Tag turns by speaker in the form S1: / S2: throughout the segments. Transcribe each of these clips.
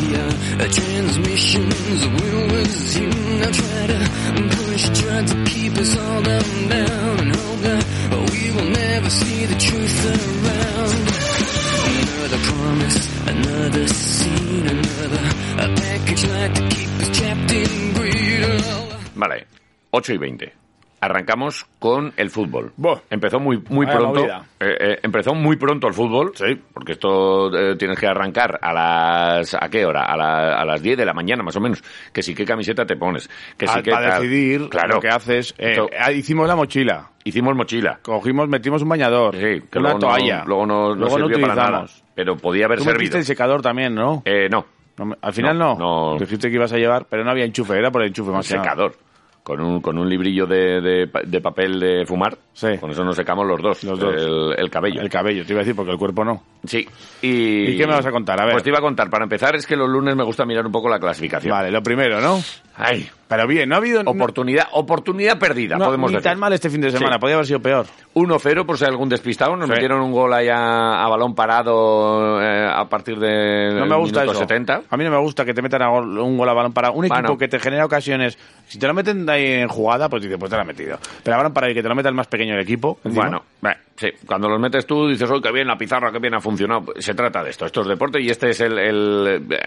S1: A transmission's a will was you. Now try to push, try to keep us all down, down, and hope that we will never see the truth around. Another promise, another scene, another a package like to keep us trapped in greed. Oh,
S2: Vale, 8 y 20. Arrancamos con el fútbol.
S3: Buah.
S2: Empezó muy, muy
S3: Vaya
S2: pronto.
S3: movida.
S2: eh, eh, empezó muy pronto el fútbol. Sí. Porque esto eh, tienes que arrancar a las. ¿A qué hora? A, la- a las 10 de la mañana, más o menos. Que sí, qué camiseta te pones. Que sí,
S3: Al-
S2: qué
S3: Ah, para
S2: tal.
S3: decidir
S2: Claro.
S3: lo que haces. eh,
S2: Esto-
S3: ah, hicimos la mochila,
S2: Hicimos mochila.
S3: cogimos, metimos un bañador,
S2: Sí, que
S3: una
S2: luego
S3: toalla.
S2: No, luego no, no
S3: Luego no
S2: sirvió para nada.
S3: utilizamos.
S2: Pero podía haber
S3: Tú metiste
S2: servido.
S3: el secador también, ¿no?
S2: Eh, no,
S3: No me- Al final
S2: No,
S3: no,
S2: no.
S3: Dijiste que ibas a llevar, pero no había enchufe, era por el enchufe
S2: un
S3: más que nada.
S2: secador. Con un, con un librillo de, de, pa- de papel de fumar.
S3: Sí.
S2: Con eso nos secamos los dos.
S3: Los dos.
S2: El, el cabello.
S3: El cabello, te iba a decir, porque el cuerpo no.
S2: Sí. Y...
S3: ¿Y qué me vas a contar? A ver.
S2: Pues te iba a contar. Para empezar, es que los lunes me gusta mirar un poco la clasificación.
S3: Vale, lo primero, ¿no?
S2: Ay,
S3: Pero bien, no ha habido...
S2: oportunidad, oportunidad perdida,
S3: no,
S2: podemos
S3: ni
S2: decir.
S3: tan mal este fin de semana,
S2: Sí.
S3: podía haber sido peor.
S2: 1-0 por si hay algún despistado. Nos
S3: Sí.
S2: metieron un gol ahí a, a balón parado eh, a partir de
S3: No me gusta eso.
S2: 70.
S3: A mí no me gusta que te metan a gol- un gol a balón para un equipo
S2: Bueno.
S3: que te genera ocasiones. Si te lo meten ahí en jugada, pues dices, pues te lo ha metido. Pero a balón para el que te lo meta el más pequeño del equipo. encima.
S2: Bueno, eh, sí, cuando los metes tú dices, hoy qué bien la pizarra, qué bien ha funcionado. Se trata de esto, esto es deporte y este es el... el, eh,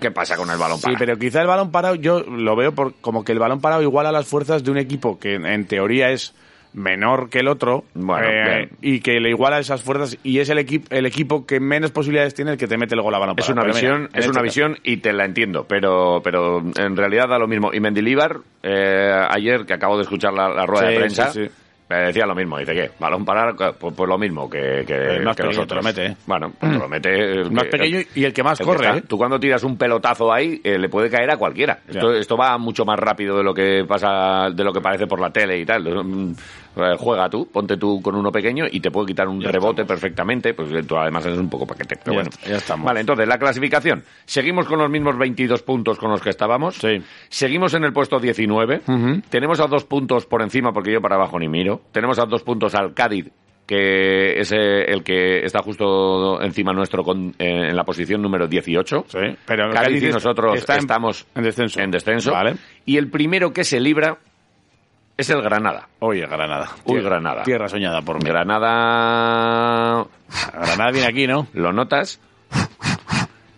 S2: ¿Qué pasa con el balón
S3: Sí,
S2: parado?
S3: pero quizá el balón parado, yo lo veo por, como que el balón parado iguala las fuerzas de un equipo que en, en teoría es menor que el otro eh,
S2: Bueno, bien.
S3: y que le iguala esas fuerzas y es el, equipo el equipo que menos posibilidades tiene el que te mete el gol a balón
S2: Es
S3: parado.
S2: una
S3: Pero mira,
S2: visión,
S3: en
S2: es
S3: este
S2: una
S3: caso.
S2: visión y te la entiendo, pero, pero en realidad da lo mismo. Y Mendilíbar, eh, ayer que acabo de escuchar la, la rueda
S3: Sí,
S2: de prensa,
S3: sí, sí.
S2: me decía lo mismo. Dice, ¿qué? ¿Balón parar? Pues, pues lo mismo que, que,
S3: El más
S2: que
S3: pequeño
S2: los
S3: te
S2: otros.
S3: lo mete, ¿eh?
S2: Bueno, pues te lo mete...
S3: El más pequeño y el que más
S2: el
S3: corre.
S2: está.
S3: ¿eh?
S2: Tú cuando tiras un pelotazo ahí, eh, le puede caer a cualquiera. Esto, esto va mucho más rápido de lo que pasa, de lo que parece por la tele y tal. Mm, eh, Juega tú, ponte tú con uno pequeño y te puede quitar un rebote perfectamente. Pues eh, tú además eres un poco paquete. Pero
S3: Ya
S2: bueno,
S3: est- ya estamos.
S2: Vale, entonces la clasificación. Seguimos con los mismos 22 puntos con los que estábamos.
S3: Sí.
S2: Seguimos en el puesto 19. Tenemos a dos puntos por encima, porque yo para abajo ni miro. Tenemos a dos puntos al Cádiz, que es eh, el que está justo encima nuestro con- eh, en la posición número 18.
S3: Sí, pero el
S2: Cádiz,
S3: Cádiz
S2: y
S3: es-
S2: nosotros
S3: está en-
S2: estamos
S3: en descenso.
S2: en descenso.
S3: Vale.
S2: Y el primero que se libra es el Granada.
S3: Oye, Granada.
S2: Uy,
S3: Tierra-
S2: Granada.
S3: Tierra soñada por mí.
S2: Granada,
S3: Granada viene aquí, ¿no?
S2: ¿lo notas?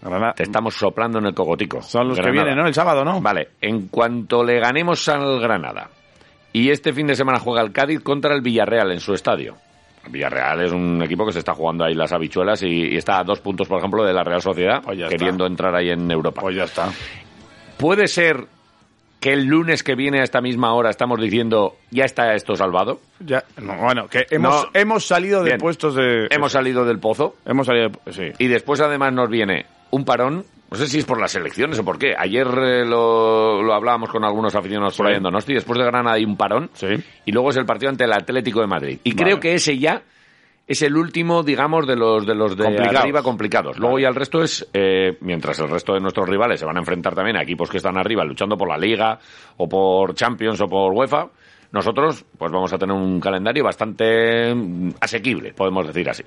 S3: Granada.
S2: Te estamos soplando en el cogotico.
S3: Son los que
S2: Granada.
S3: vienen, ¿no? El sábado, ¿no?
S2: Vale, en cuanto le ganemos al Granada y este fin de semana juega el Cádiz contra el Villarreal en su estadio. El Villarreal es un equipo que se está jugando ahí las habichuelas y, y está a dos puntos, por ejemplo, de la Real Sociedad,
S3: Pues ya está.
S2: queriendo entrar ahí en Europa.
S3: Pues ya está.
S2: ¿Puede ser que el lunes que viene a esta misma hora estamos diciendo ya está esto salvado?
S3: Ya, no, bueno, que hemos,
S2: No.
S3: hemos salido de
S2: Bien.
S3: puestos de...
S2: Hemos salido del pozo
S3: hemos salido de... Sí.
S2: y después además nos viene un parón. No sé si es por las elecciones o por qué. Ayer eh, lo, lo hablábamos con algunos aficionados por
S3: Sí.
S2: ahí en Donosti. Después de Granada hay un parón.
S3: Sí.
S2: Y luego es el partido ante el Atlético de Madrid. Y
S3: Vale.
S2: creo que ese ya es el último, digamos, de los de los de
S3: Complicados.
S2: arriba complicados. Luego ya el resto es, eh, mientras el resto de nuestros rivales se van a enfrentar también a equipos que están arriba luchando por la Liga o por Champions o por UEFA, nosotros pues vamos a tener un calendario bastante mm, asequible, podemos decir así.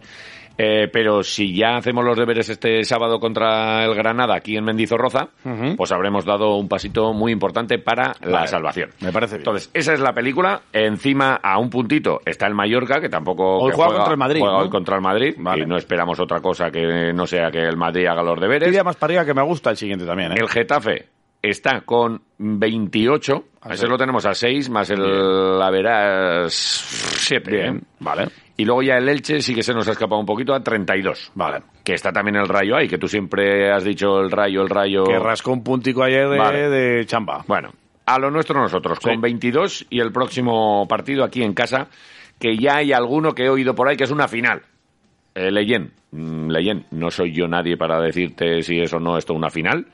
S2: Eh, pero si ya hacemos los deberes este sábado contra el Granada aquí en Mendizorroza, pues habremos dado un pasito muy importante para la
S3: Vale.
S2: salvación.
S3: Me parece bien.
S2: Entonces, esa es la película. Encima, a un puntito, está el Mallorca, que tampoco...
S3: Hoy
S2: que
S3: juega contra el Madrid,
S2: juega
S3: ¿no?
S2: hoy contra el Madrid.
S3: Vale.
S2: Y no esperamos otra cosa que no sea que el Madrid haga los deberes.
S3: Iría más para arriba que me gusta el siguiente también, ¿eh?
S2: El Getafe está con 28.
S3: Ah,
S2: Ese
S3: sí.
S2: lo tenemos a 6, más el la verás 7.
S3: Bien, vale.
S2: Y luego ya el Elche sí que se nos ha escapado un poquito a 32.
S3: Vale.
S2: Que está también el Rayo ahí, que tú siempre has dicho el Rayo, el Rayo...
S3: Que rascó un puntico ayer de,
S2: Vale.
S3: de chamba.
S2: Bueno, a lo nuestro nosotros, con 22 y el próximo partido aquí en casa, que ya hay alguno que he oído por ahí que es una final. Eh, Leyen, mm, Leyen, no soy yo nadie para decirte si es o no esto una final,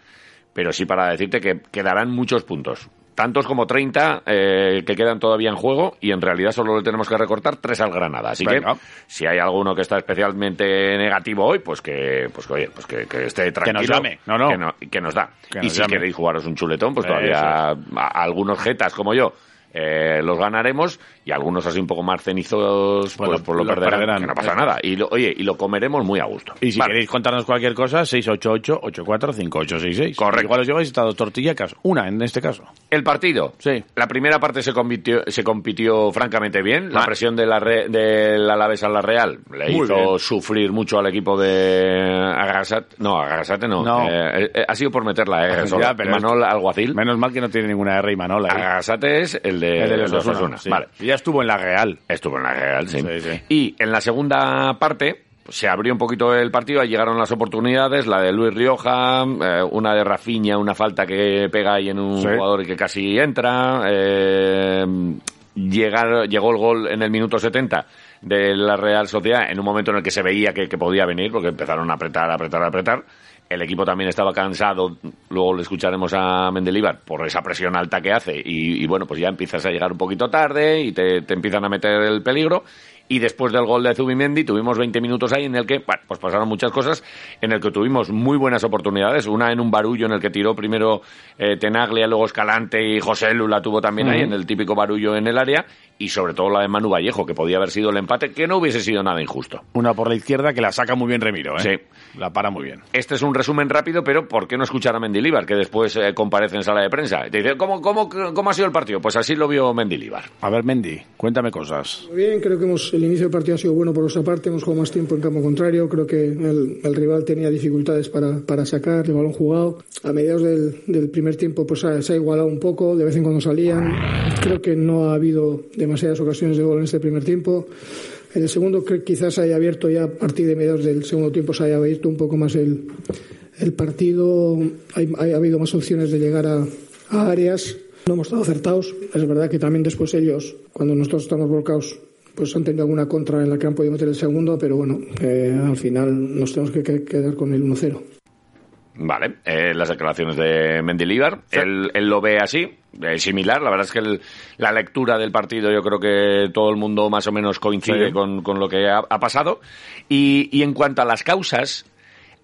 S2: pero sí para decirte que quedarán muchos puntos. Tantos como 30 eh, que quedan todavía en juego y en realidad solo le tenemos que recortar tres al Granada. Así
S3: Venga.
S2: que si hay alguno que está especialmente negativo hoy, pues que, pues, que, oye, pues que, que esté tranquilo.
S3: llame. No, no.
S2: Que, que nos da.
S3: Que
S2: y
S3: nos
S2: si
S3: llame.
S2: queréis jugaros un chuletón, pues
S3: Eso
S2: todavía a- a algunos jetas como yo eh, los ganaremos y algunos así un poco más cenizos, pues,
S3: Pues lo-
S2: pues lo
S3: lo
S2: perderán,
S3: perderán.
S2: que no pasa nada. Y lo- oye, y lo comeremos muy a gusto.
S3: Y si
S2: Vale.
S3: queréis contarnos cualquier cosa, 688-845866.
S2: Correcto.
S3: Igual os lleváis estas dos tortillacas. Una en este caso.
S2: El partido.
S3: Sí.
S2: La primera parte se compitió, se compitió francamente bien. La
S3: Ma-
S2: presión de la re- del Alavés a la Real le
S3: Ah. Muy
S2: hizo
S3: bien.
S2: sufrir mucho al equipo de Agasate. No, Agasate no.
S3: No.
S2: Eh, eh, ha sido por meterla, eh, solo.
S3: Ya, pero
S2: Manol Alguacil.
S3: Menos mal que no tiene ninguna R y Manola. ¿eh?
S2: Agasate es el de,
S3: Es Eh, de los
S2: los
S3: Osasuna,
S2: Osasuna.
S3: sí.
S2: Vale.
S3: Y Ya estuvo en la Real.
S2: Estuvo en la Real, sí.
S3: Sí, sí.
S2: Y en la segunda parte pues, se abrió un poquito el partido, ahí llegaron las oportunidades, la de Luis Rioja, eh, una de Rafiña, una falta que pega ahí en un
S3: Sí.
S2: jugador y que casi entra. eh, llegar- llegó el gol en el minuto 70 de la Real Sociedad, en un momento en el que se veía que, que podía venir, porque empezaron a apretar, a apretar, a apretar. El equipo también estaba cansado, luego le escucharemos a Mendilibar por esa presión alta que hace y, y bueno, pues ya empiezas a llegar un poquito tarde y te, te empiezan a meter el peligro y después del gol de Zubimendi tuvimos 20 minutos ahí en el que, bueno, pues pasaron muchas cosas, en el que tuvimos muy buenas oportunidades, una en un barullo en el que tiró primero eh, Tenaglia, luego Escalante y José Lu la tuvo también ahí en el típico barullo en el área y sobre todo la de Manu Vallejo, que podía haber sido el empate, que no hubiese sido nada injusto.
S3: Una por la izquierda que la saca muy bien Remiro, ¿eh?
S2: Sí.
S3: La para muy bien.
S2: Este es un resumen rápido, pero ¿por qué no escuchar a Mendilibar, que después eh, comparece en sala de prensa? Y Te dice, ¿cómo, cómo, ¿cómo ha sido el partido? Pues así lo vio Mendilibar.
S3: A ver, Mendy, cuéntame cosas.
S4: Bien, creo que hemos, el inicio del partido ha sido bueno por nuestra parte, hemos jugado más tiempo en campo contrario, creo que el, el rival tenía dificultades para, para sacar el balón jugado. A mediados del, del primer tiempo pues ha- se ha igualado un poco, de vez en cuando salían. Creo que no ha habido demasiadas ocasiones de gol en este primer tiempo. En el segundo creo que quizás haya abierto ya a partir de mediados del segundo tiempo se haya abierto un poco más el, el partido, hay, hay- ha habido más opciones de llegar a, a áreas. No hemos estado acertados. Es verdad que también después ellos, cuando nosotros estamos volcados, pues han tenido alguna contra en la que han podido meter el segundo, pero bueno, eh, al final nos tenemos que que- quedar con el 1-0.
S2: Vale, eh, las declaraciones de Mendilibar, él, él lo ve así, eh, similar, la verdad es que el- la lectura del partido yo creo que todo el mundo más o menos coincide
S3: Sí.
S2: con, con lo que ha, ha pasado. Y, y en cuanto a las causas,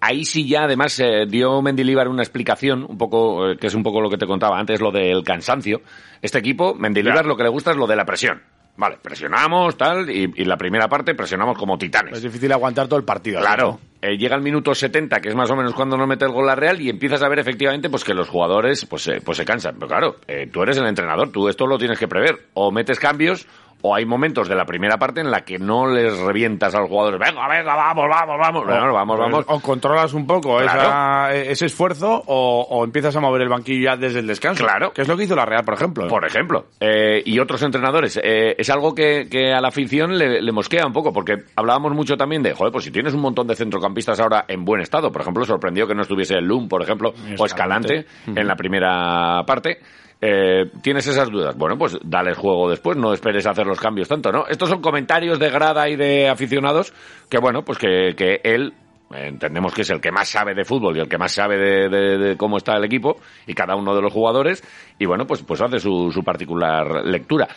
S2: ahí sí ya además eh, dio Mendilibar una explicación, un poco, eh, que es un poco lo que te contaba antes, lo del cansancio. Este equipo, Mendilibar lo que le gusta es lo de la presión. Vale, presionamos, tal, y, y la primera parte presionamos como titanes.
S3: Es difícil aguantar todo el partido.
S2: Claro.
S3: ¿no?
S2: eh, llega el minuto 70, que es más o menos cuando nos mete el gol la Real, y empiezas a ver efectivamente pues que los jugadores pues, eh, pues se cansan. Pero claro, eh, tú eres el entrenador, tú esto lo tienes que prever. O metes cambios, o hay momentos de la primera parte en la que no les revientas a los jugadores. Venga, venga, vamos, vamos, vamos.
S3: Oh,
S2: Bueno, vamos, vamos.
S3: O controlas un poco
S2: Claro.
S3: esa- e-, ese esfuerzo o, o empiezas a mover el banquillo ya desde el descanso.
S2: Claro.
S3: Que es lo que hizo la Real, por ejemplo.
S2: Por ejemplo. Eh, y otros entrenadores. Eh, es algo que, que a la afición le, le mosquea un poco, porque hablábamos mucho también de, joder, pues si tienes un montón de centrocampistas ahora en buen estado, por ejemplo, sorprendió que no estuviese el Loom, por ejemplo, o Escalante en la primera parte. Eh, tienes esas dudas. Bueno, pues dales juego después, no esperes a hacer los cambios tanto, ¿no? Estos son comentarios de grada y de aficionados que, bueno, pues que, que él entendemos que es el que más sabe de fútbol y el que más sabe de, de- de cómo está el equipo y cada uno de los jugadores y bueno pues pues hace su, su particular lectura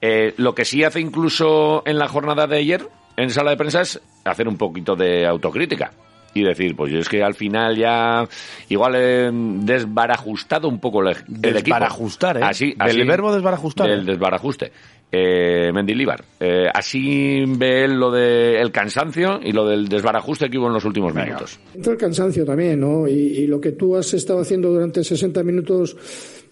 S2: Eh, lo que sí hace incluso en la jornada de ayer en sala de prensa es hacer un poquito de autocrítica y decir pues yo es que al final ya igual he desbarajustado un poco el, el equipo
S3: Desbarajustar, ¿eh?
S2: así,
S3: Del
S2: así-
S3: verbo desbarajustar,
S2: del
S3: ¿eh?
S2: desbarajuste. Eh, Mendilibar, eh, así ve él lo del cansancio y lo del desbarajuste que hubo en los últimos minutos.
S4: Entra el cansancio también, ¿no? Y, y lo que tú has estado haciendo durante 60 minutos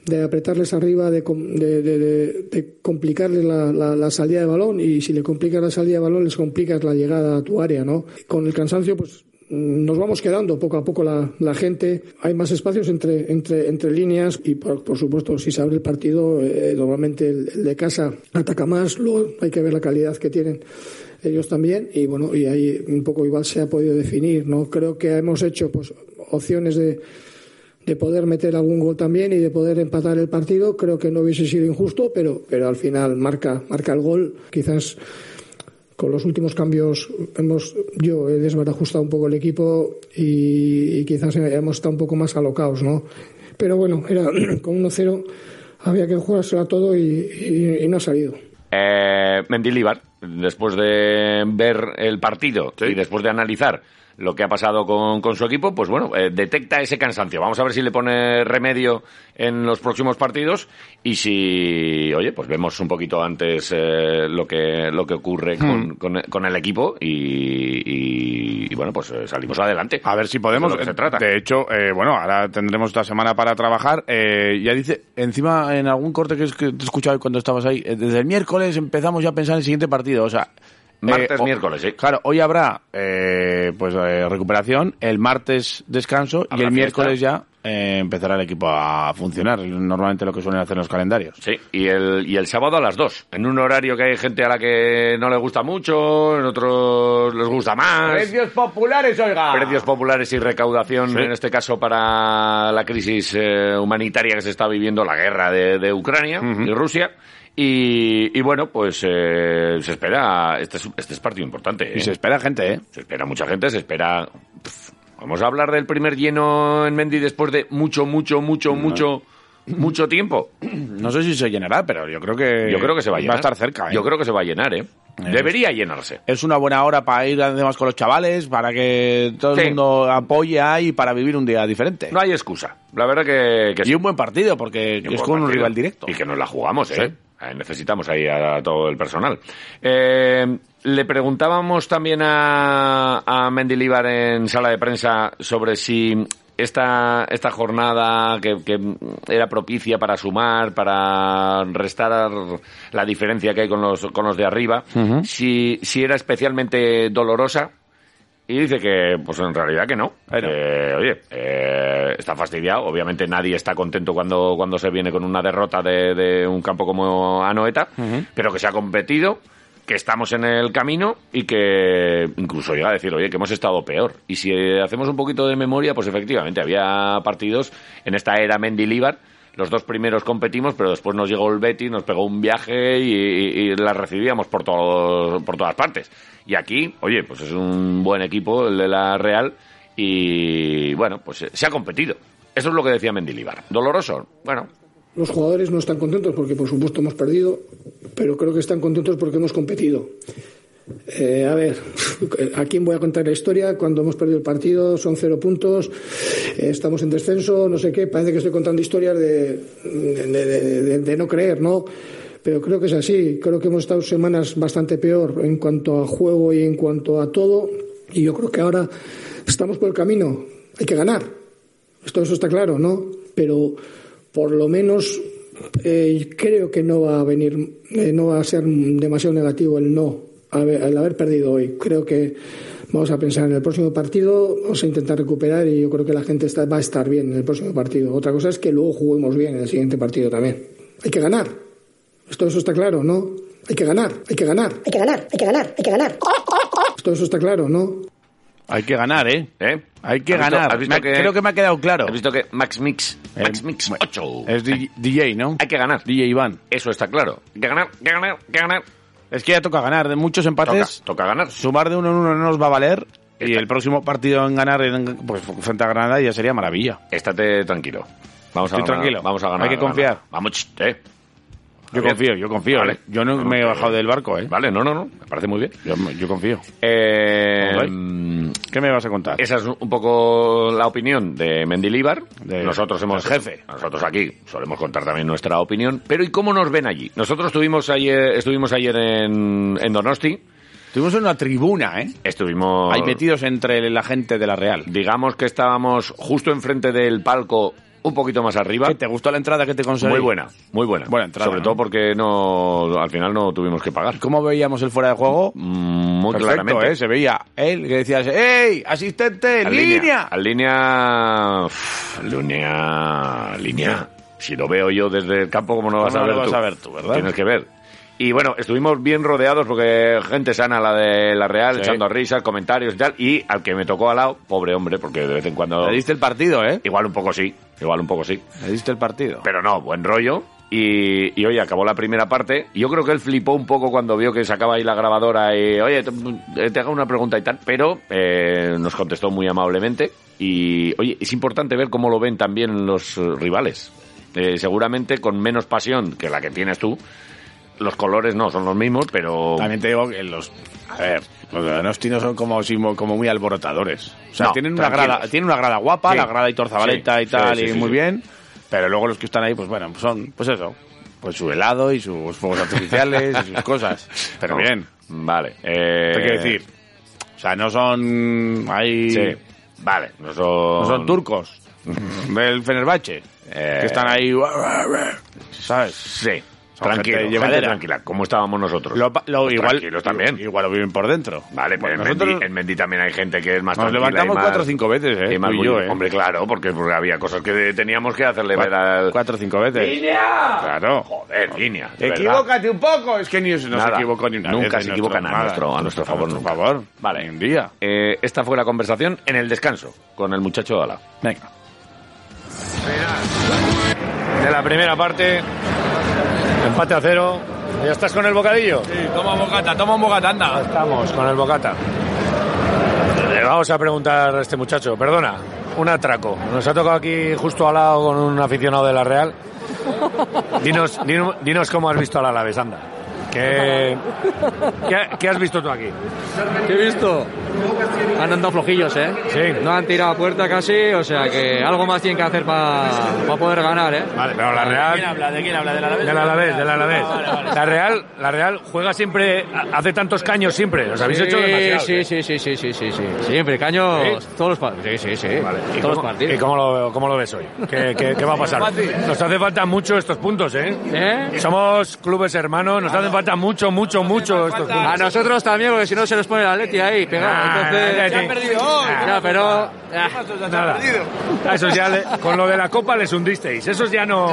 S4: de apretarles arriba, de, com- de, de- de- de complicarles la, la- la salida de balón, y si le complicas la salida de balón, les complicas la llegada a tu área, ¿no? Con el cansancio, pues mm, nos vamos quedando poco a poco la, la gente. Hay más espacios entre, entre, entre líneas y, por, por supuesto, si se abre el partido, eh, normalmente el, el de casa ataca más, luego hay que ver la calidad que tienen ellos también y bueno y ahí un poco igual se ha podido definir no creo que hemos hecho pues opciones de de poder meter algún gol también y de poder empatar el partido creo que no hubiese sido injusto pero pero al final marca marca el gol quizás con los últimos cambios hemos yo he desbarajustado un poco el equipo y, y quizás hemos estado un poco más alocados no pero bueno era con 1-0 había que jugársela todo y- y- y no ha salido
S2: Eh, Mendilibar, después de ver el partido y después de analizar lo que ha pasado con, con su equipo, pues bueno, eh, detecta ese cansancio. Vamos a ver si le pone remedio en los próximos partidos y si, oye, pues vemos un poquito antes eh, lo que lo que ocurre con,
S3: Hmm.
S2: con- con el equipo y, y- y, bueno, pues eh, salimos adelante.
S3: A ver si podemos.
S2: De lo que se trata.
S3: De hecho, eh, bueno, ahora tendremos esta semana para trabajar. Eh, ya dice, encima en algún corte que, es- que te he escuchado cuando estabas ahí, eh, desde el miércoles empezamos ya a pensar en el siguiente partido. O sea, eh,
S2: Martes,
S3: o-
S2: miércoles, sí.
S3: Claro, hoy habrá eh, pues eh, recuperación, el martes descanso y el
S2: Habrá fiesta.
S3: miércoles ya eh, empezará el equipo a funcionar. Normalmente lo que suelen hacer los calendarios.
S2: Sí, y el, y el sábado a las 2, en un horario que hay gente a la que no le gusta mucho, en otros les gusta más.
S3: populares, oiga.
S2: Precios populares y recaudación, en este caso para la crisis eh, humanitaria que se está viviendo, la guerra de, de Ucrania y Rusia. Y, y bueno, pues eh, se espera, este es, este es partido importante. ¿eh?
S3: Y se espera gente, ¿eh?
S2: Se espera mucha gente, se espera... Pff, vamos a hablar del primer lleno en Mendy después de mucho, mucho, mucho, mucho, mucho tiempo.
S3: No sé si se llenará, pero yo creo que.
S2: Yo creo que se va a llenar.
S3: Eh, a estar cerca, ¿eh?
S2: Yo creo que se va a llenar, ¿eh? Debería llenarse.
S3: es una buena hora para ir además con los chavales, para que todo
S2: Sí.
S3: el mundo apoye ahí para vivir un día diferente.
S2: No hay excusa. La verdad que, que
S3: y un buen partido, porque
S2: Y un buen
S3: es con un
S2: partido.
S3: rival directo.
S2: Y que nos la jugamos, ¿eh?
S3: Sí.
S2: Eh, Necesitamos ahí a, todo el personal. Eh, le preguntábamos también a, a Mendilibar en sala de prensa sobre si esta, esta jornada que, que era propicia para sumar, para restar la diferencia que hay con los, con los de arriba, si, si era especialmente dolorosa. Y dice que, pues en realidad que no.
S3: Bueno.
S2: Que, oye, eh, está fastidiado. Obviamente nadie está contento cuando, cuando se viene con una derrota de, de un campo como Anoeta, pero que se ha competido, que estamos en el camino y que incluso llega a decir, oye, que hemos estado peor. Y si eh, hacemos un poquito de memoria, pues efectivamente había partidos en esta era Mendilibar. Los dos primeros competimos, pero después nos llegó el Betty, nos pegó un viaje y, y- y las recibíamos por, todo- por todas partes. Y aquí, oye, pues es un buen equipo el de la Real y bueno, pues eh, se ha competido. Eso es lo que decía Mendilibar. Doloroso, bueno,
S4: Los jugadores no están contentos porque, por supuesto, hemos perdido, pero creo que están contentos porque hemos competido. Eh, a ver, ¿a quién voy a contar la historia? Cuando hemos perdido el partido, son cero puntos, eh, estamos en descenso, no sé qué. Parece que estoy contando historias de, de- de- de- de no creer, ¿no? Pero creo que es así. Creo que hemos estado semanas bastante peor en cuanto a juego y en cuanto a todo. Y yo creo que ahora estamos por el camino. Hay que ganar. Esto eso está claro, ¿no? Pero por lo menos eh, creo que no va a venir, eh, no va a ser demasiado negativo el no, haber- el haber perdido hoy. Creo que vamos a pensar en el próximo partido, vamos a intentar recuperar y yo creo que la gente está- va a estar bien en el próximo partido. Otra cosa es que luego juguemos bien en el siguiente partido también. Hay que ganar. Esto eso está claro, ¿no? Hay que ganar, hay que ganar. Hay que ganar, hay que ganar, hay que ganar. Esto eso está claro, ¿no?
S3: Hay que ganar, ¿eh?
S2: ¿eh?
S3: Hay que
S2: ¿Has visto-
S3: ganar.
S2: has visto
S3: Me ha-
S2: que-
S3: Creo que me ha quedado claro.
S2: ¿Has visto que Max Mix,
S3: Eh,
S2: Max Mix 8,
S3: Es di- DJ, ¿no?
S2: hay que ganar.
S3: DJ Iván.
S2: Eso está claro. Hay que ganar, hay que ganar, hay que ganar.
S3: Es que ya toca ganar. De muchos
S2: Toca,
S3: empates,
S2: toca ganar.
S3: sumar de uno en uno no nos va a valer. Y
S2: Está-
S3: el próximo partido en ganar en- pues, frente a Granada ya sería maravilla.
S2: Estate tranquilo. Vamos a
S3: Estoy
S2: ganar,
S3: tranquilo.
S2: Vamos a ganar.
S3: Hay que
S2: ganar.
S3: confiar.
S2: Vamos, ch, eh.
S3: Yo
S2: Bien.
S3: confío, yo confío.
S2: Vale.
S3: ¿eh? Yo no me he bajado del barco, ¿eh?
S2: Vale, no, no, no. Me parece muy bien.
S3: Yo, yo confío.
S2: Eh,
S3: Joder.
S2: mm,
S3: ¿Qué me vas a contar?
S2: Esa es un poco la opinión de Mendilibar.
S3: De-
S2: nosotros hemos
S3: del jefe.
S2: Nosotros aquí solemos contar también nuestra opinión. Pero ¿y cómo nos ven allí? Nosotros estuvimos ayer, estuvimos ayer en, en Donosti.
S3: Estuvimos en una tribuna, ¿eh?
S2: Estuvimos.
S3: Ahí metidos entre la gente de la Real.
S2: Digamos que estábamos justo enfrente del palco, un poquito más arriba.
S3: ¿Qué, ¿Te gustó la entrada que te conseguí?
S2: Muy buena, muy buena.
S3: Buena entrada,
S2: Sobre
S3: ¿no?
S2: todo porque no, al final no tuvimos que pagar.
S3: ¿Cómo veíamos el fuera de juego?
S2: Mm, Muy
S3: Perfecto,
S2: claramente.
S3: ¿eh? Se veía él que decía, ¡Ey, asistente,
S2: Al
S3: línea!
S2: Al línea. uf, línea. Línea. Si lo veo yo desde el campo, ¿cómo no
S3: ¿Cómo
S2: vas a
S3: no
S2: ver
S3: lo
S2: tú?
S3: vas a ver tú, verdad?
S2: Tienes que ver. Y bueno, estuvimos bien rodeados porque gente sana la de la Real,
S3: Sí.
S2: echando risas, comentarios y tal. Y al que me tocó al lado, pobre hombre, porque de vez en cuando.
S3: Le diste el partido, ¿eh?
S2: Igual un poco sí, igual un poco sí.
S3: Le diste el partido.
S2: Pero no, buen rollo. Y, y, oye, acabó la primera parte. Yo creo que él flipó un poco cuando vio que sacaba ahí la grabadora y, oye, te, eh, te hago una pregunta y tal. Pero eh, nos contestó muy amablemente. Y, oye, es importante ver cómo lo ven también los eh, rivales. Eh, seguramente con menos pasión que la que tienes tú, los colores no son los mismos, pero
S3: También te digo que los. A ver, los donostinos son como, si- como muy alborotadores. O sea,
S2: No,
S3: tienen, una
S2: tranquilos.
S3: grada, tienen una grada guapa,
S2: Sí.
S3: la grada y torzabaleta
S2: Sí,
S3: y tal,
S2: sí, sí,
S3: y
S2: sí,
S3: muy
S2: sí.
S3: bien. Pero luego los que están ahí, pues bueno, pues son, pues eso. Pues su helado y sus fuegos artificiales y sus cosas. Pero
S2: No.
S3: bien,
S2: Vale. Eh,
S3: te quiero decir. O sea, no son. Ahí,
S2: Sí. Vale, no son,
S3: No son turcos del Fenerbahce.
S2: Eh.
S3: Que están ahí. ¿Sabes?
S2: Sí.
S3: Son
S2: Tranquilo,
S3: gente
S2: gente
S3: llevadera.
S2: tranquila, como estábamos nosotros.
S3: Lo, lo-
S2: Pues
S3: igual,
S2: tranquilos también.
S3: Igual lo viven por dentro.
S2: Vale, pero
S3: Bueno,
S2: en,
S3: nosotros-
S2: Mendí, en Mendí también hay gente que es más
S3: Nos
S2: tranquila y
S3: levantamos
S2: más-
S3: cuatro o cinco veces, ¿eh?
S2: y más
S3: Tú y yo,
S2: bulli-
S3: ¿eh?
S2: Hombre, claro, porque, porque había cosas que teníamos que hacerle ver
S3: Cua-
S2: al...
S3: Cuatro o cinco veces.
S2: ¡Línea!
S3: Claro.
S2: Joder, línea. de verdad.
S3: Equivócate un poco. Es que ni, no se
S2: Nada.
S3: equivocó ni una
S2: Nunca
S3: vez.
S2: se
S3: en
S2: equivoca nada, a
S3: nada.
S2: nuestro- a nuestro favor,
S3: Por
S2: nunca.
S3: favor.
S2: Vale.
S3: Ni Un día.
S2: Eh, esta fue la conversación en el descanso con el muchacho Ala.
S3: Venga.
S2: De la primera parte, empate a cero. ¿Ya estás con el bocadillo?
S5: Toma bocata, toma un bocata, anda.
S2: Estamos con el bocata. Le vamos a preguntar a este muchacho, perdona, un atraco. Nos ha tocado aquí justo al lado con un aficionado de la Real. Dinos, dinos, dinos cómo has visto al Alavés, anda. ¿Qué, qué, qué has visto tú aquí?
S5: ¿Qué he visto? Han andado flojillos, ¿eh?
S2: Sí.
S5: No han tirado a puerta casi, o sea que algo más tienen que hacer para poder ganar, ¿eh?
S2: Vale, pero la Real... ¿De quién habla? ¿De quién habla? ¿Del Alavés? Ah, Del Alavés, La Real, la Real juega siempre, hace tantos caños siempre. Os habéis hecho demasiado. ¿eh?
S5: sí, sí, sí, sí, sí, sí, sí. Siempre, caños,
S2: ¿Sí?
S5: todos los partidos. Sí, sí, sí.
S2: ¿Y,
S5: Todos los
S2: cómo,
S5: partidos.
S2: y cómo lo, cómo lo ves hoy? ¿Qué, qué- qué va a pasar? Nos hace falta mucho estos puntos, ¿eh?
S5: ¿Eh?
S2: Somos clubes hermanos, nos hacen falta mucho, mucho, mucho estos puntos.
S5: A nosotros también, porque si no se nos pone la Leti ahí, pegado.
S2: Ah,
S5: Entonces,
S2: Atleti. Ya ha perdido hoy.
S5: Ya, pero. ah,
S2: Nada. A esos ya le- con lo de la copa les hundisteis, esos ya no,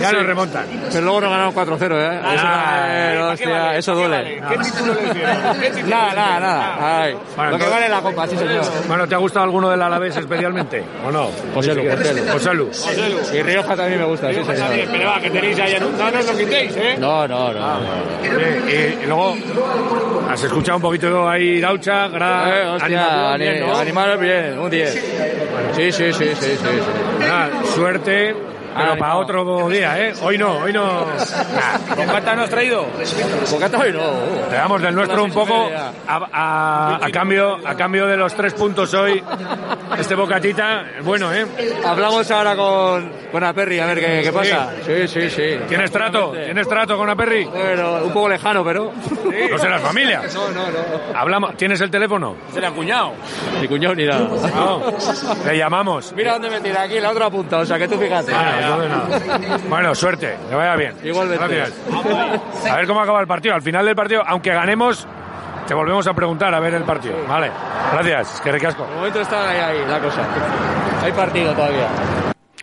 S2: ya no remontan.
S5: Pero luego nos ganaron 4-0, ¿eh? Eso,
S2: Ah,
S5: eh, hostia, eso duele. Nada, nada, nada. Ay,
S2: Bueno,
S5: lo que
S2: entonces-
S5: vale la copa, sí, señor.
S2: Bueno, ¿te ha gustado alguno del Alavés especialmente? ¿O no?
S5: José Lu, José Lu.
S2: José Lu. Pues
S5: Y Rioja también me gusta, sí, señor.
S2: Pero va, que tenéis ahí, no nos lo quitéis, ¿eh?
S5: No, no, no. no.
S2: y luego, has escuchado un poquito ahí, Daucha, gran...
S5: Eh, hostia,
S2: animación,
S5: ani-
S2: bien, ¿no?
S5: animaros bien, un 10. Sí, sí, sí, sí, sí. sí.
S2: Nada, suerte, pero
S5: Ánimo.
S2: para otro día, ¿eh? Hoy no, hoy no. ¿Con cuánta nos has traído?
S5: Bocata hoy no.
S2: Le damos del nuestro un
S5: Con las seis y
S2: poco a,
S5: media.
S2: a- a cambio a cambio de los tres puntos hoy. Este bocatita, bueno, ¿eh?
S5: Hablamos ahora con, con Aperri, a ver qué, qué pasa. Sí, sí, sí.
S2: ¿Tienes trato? ¿Tienes trato con Aperri?
S5: Bueno, un poco lejano, pero.
S2: No serás familia.
S5: No, no, no.
S2: Hablamos. ¿Tienes el teléfono?
S5: Ni cuñón ni nada.
S2: No. Le llamamos.
S5: Mira dónde me tira aquí, la otra punta, o sea que tú fíjate.
S2: Vale, entonces nada. Bueno, suerte, que vaya bien.
S5: Igualmente.
S2: Gracias. A ver cómo acaba el partido. Al final del partido, aunque ganemos, te volvemos a preguntar a ver el partido. Vale, gracias, que recasco.
S5: De momento está ahí, ahí la cosa. Hay partido todavía.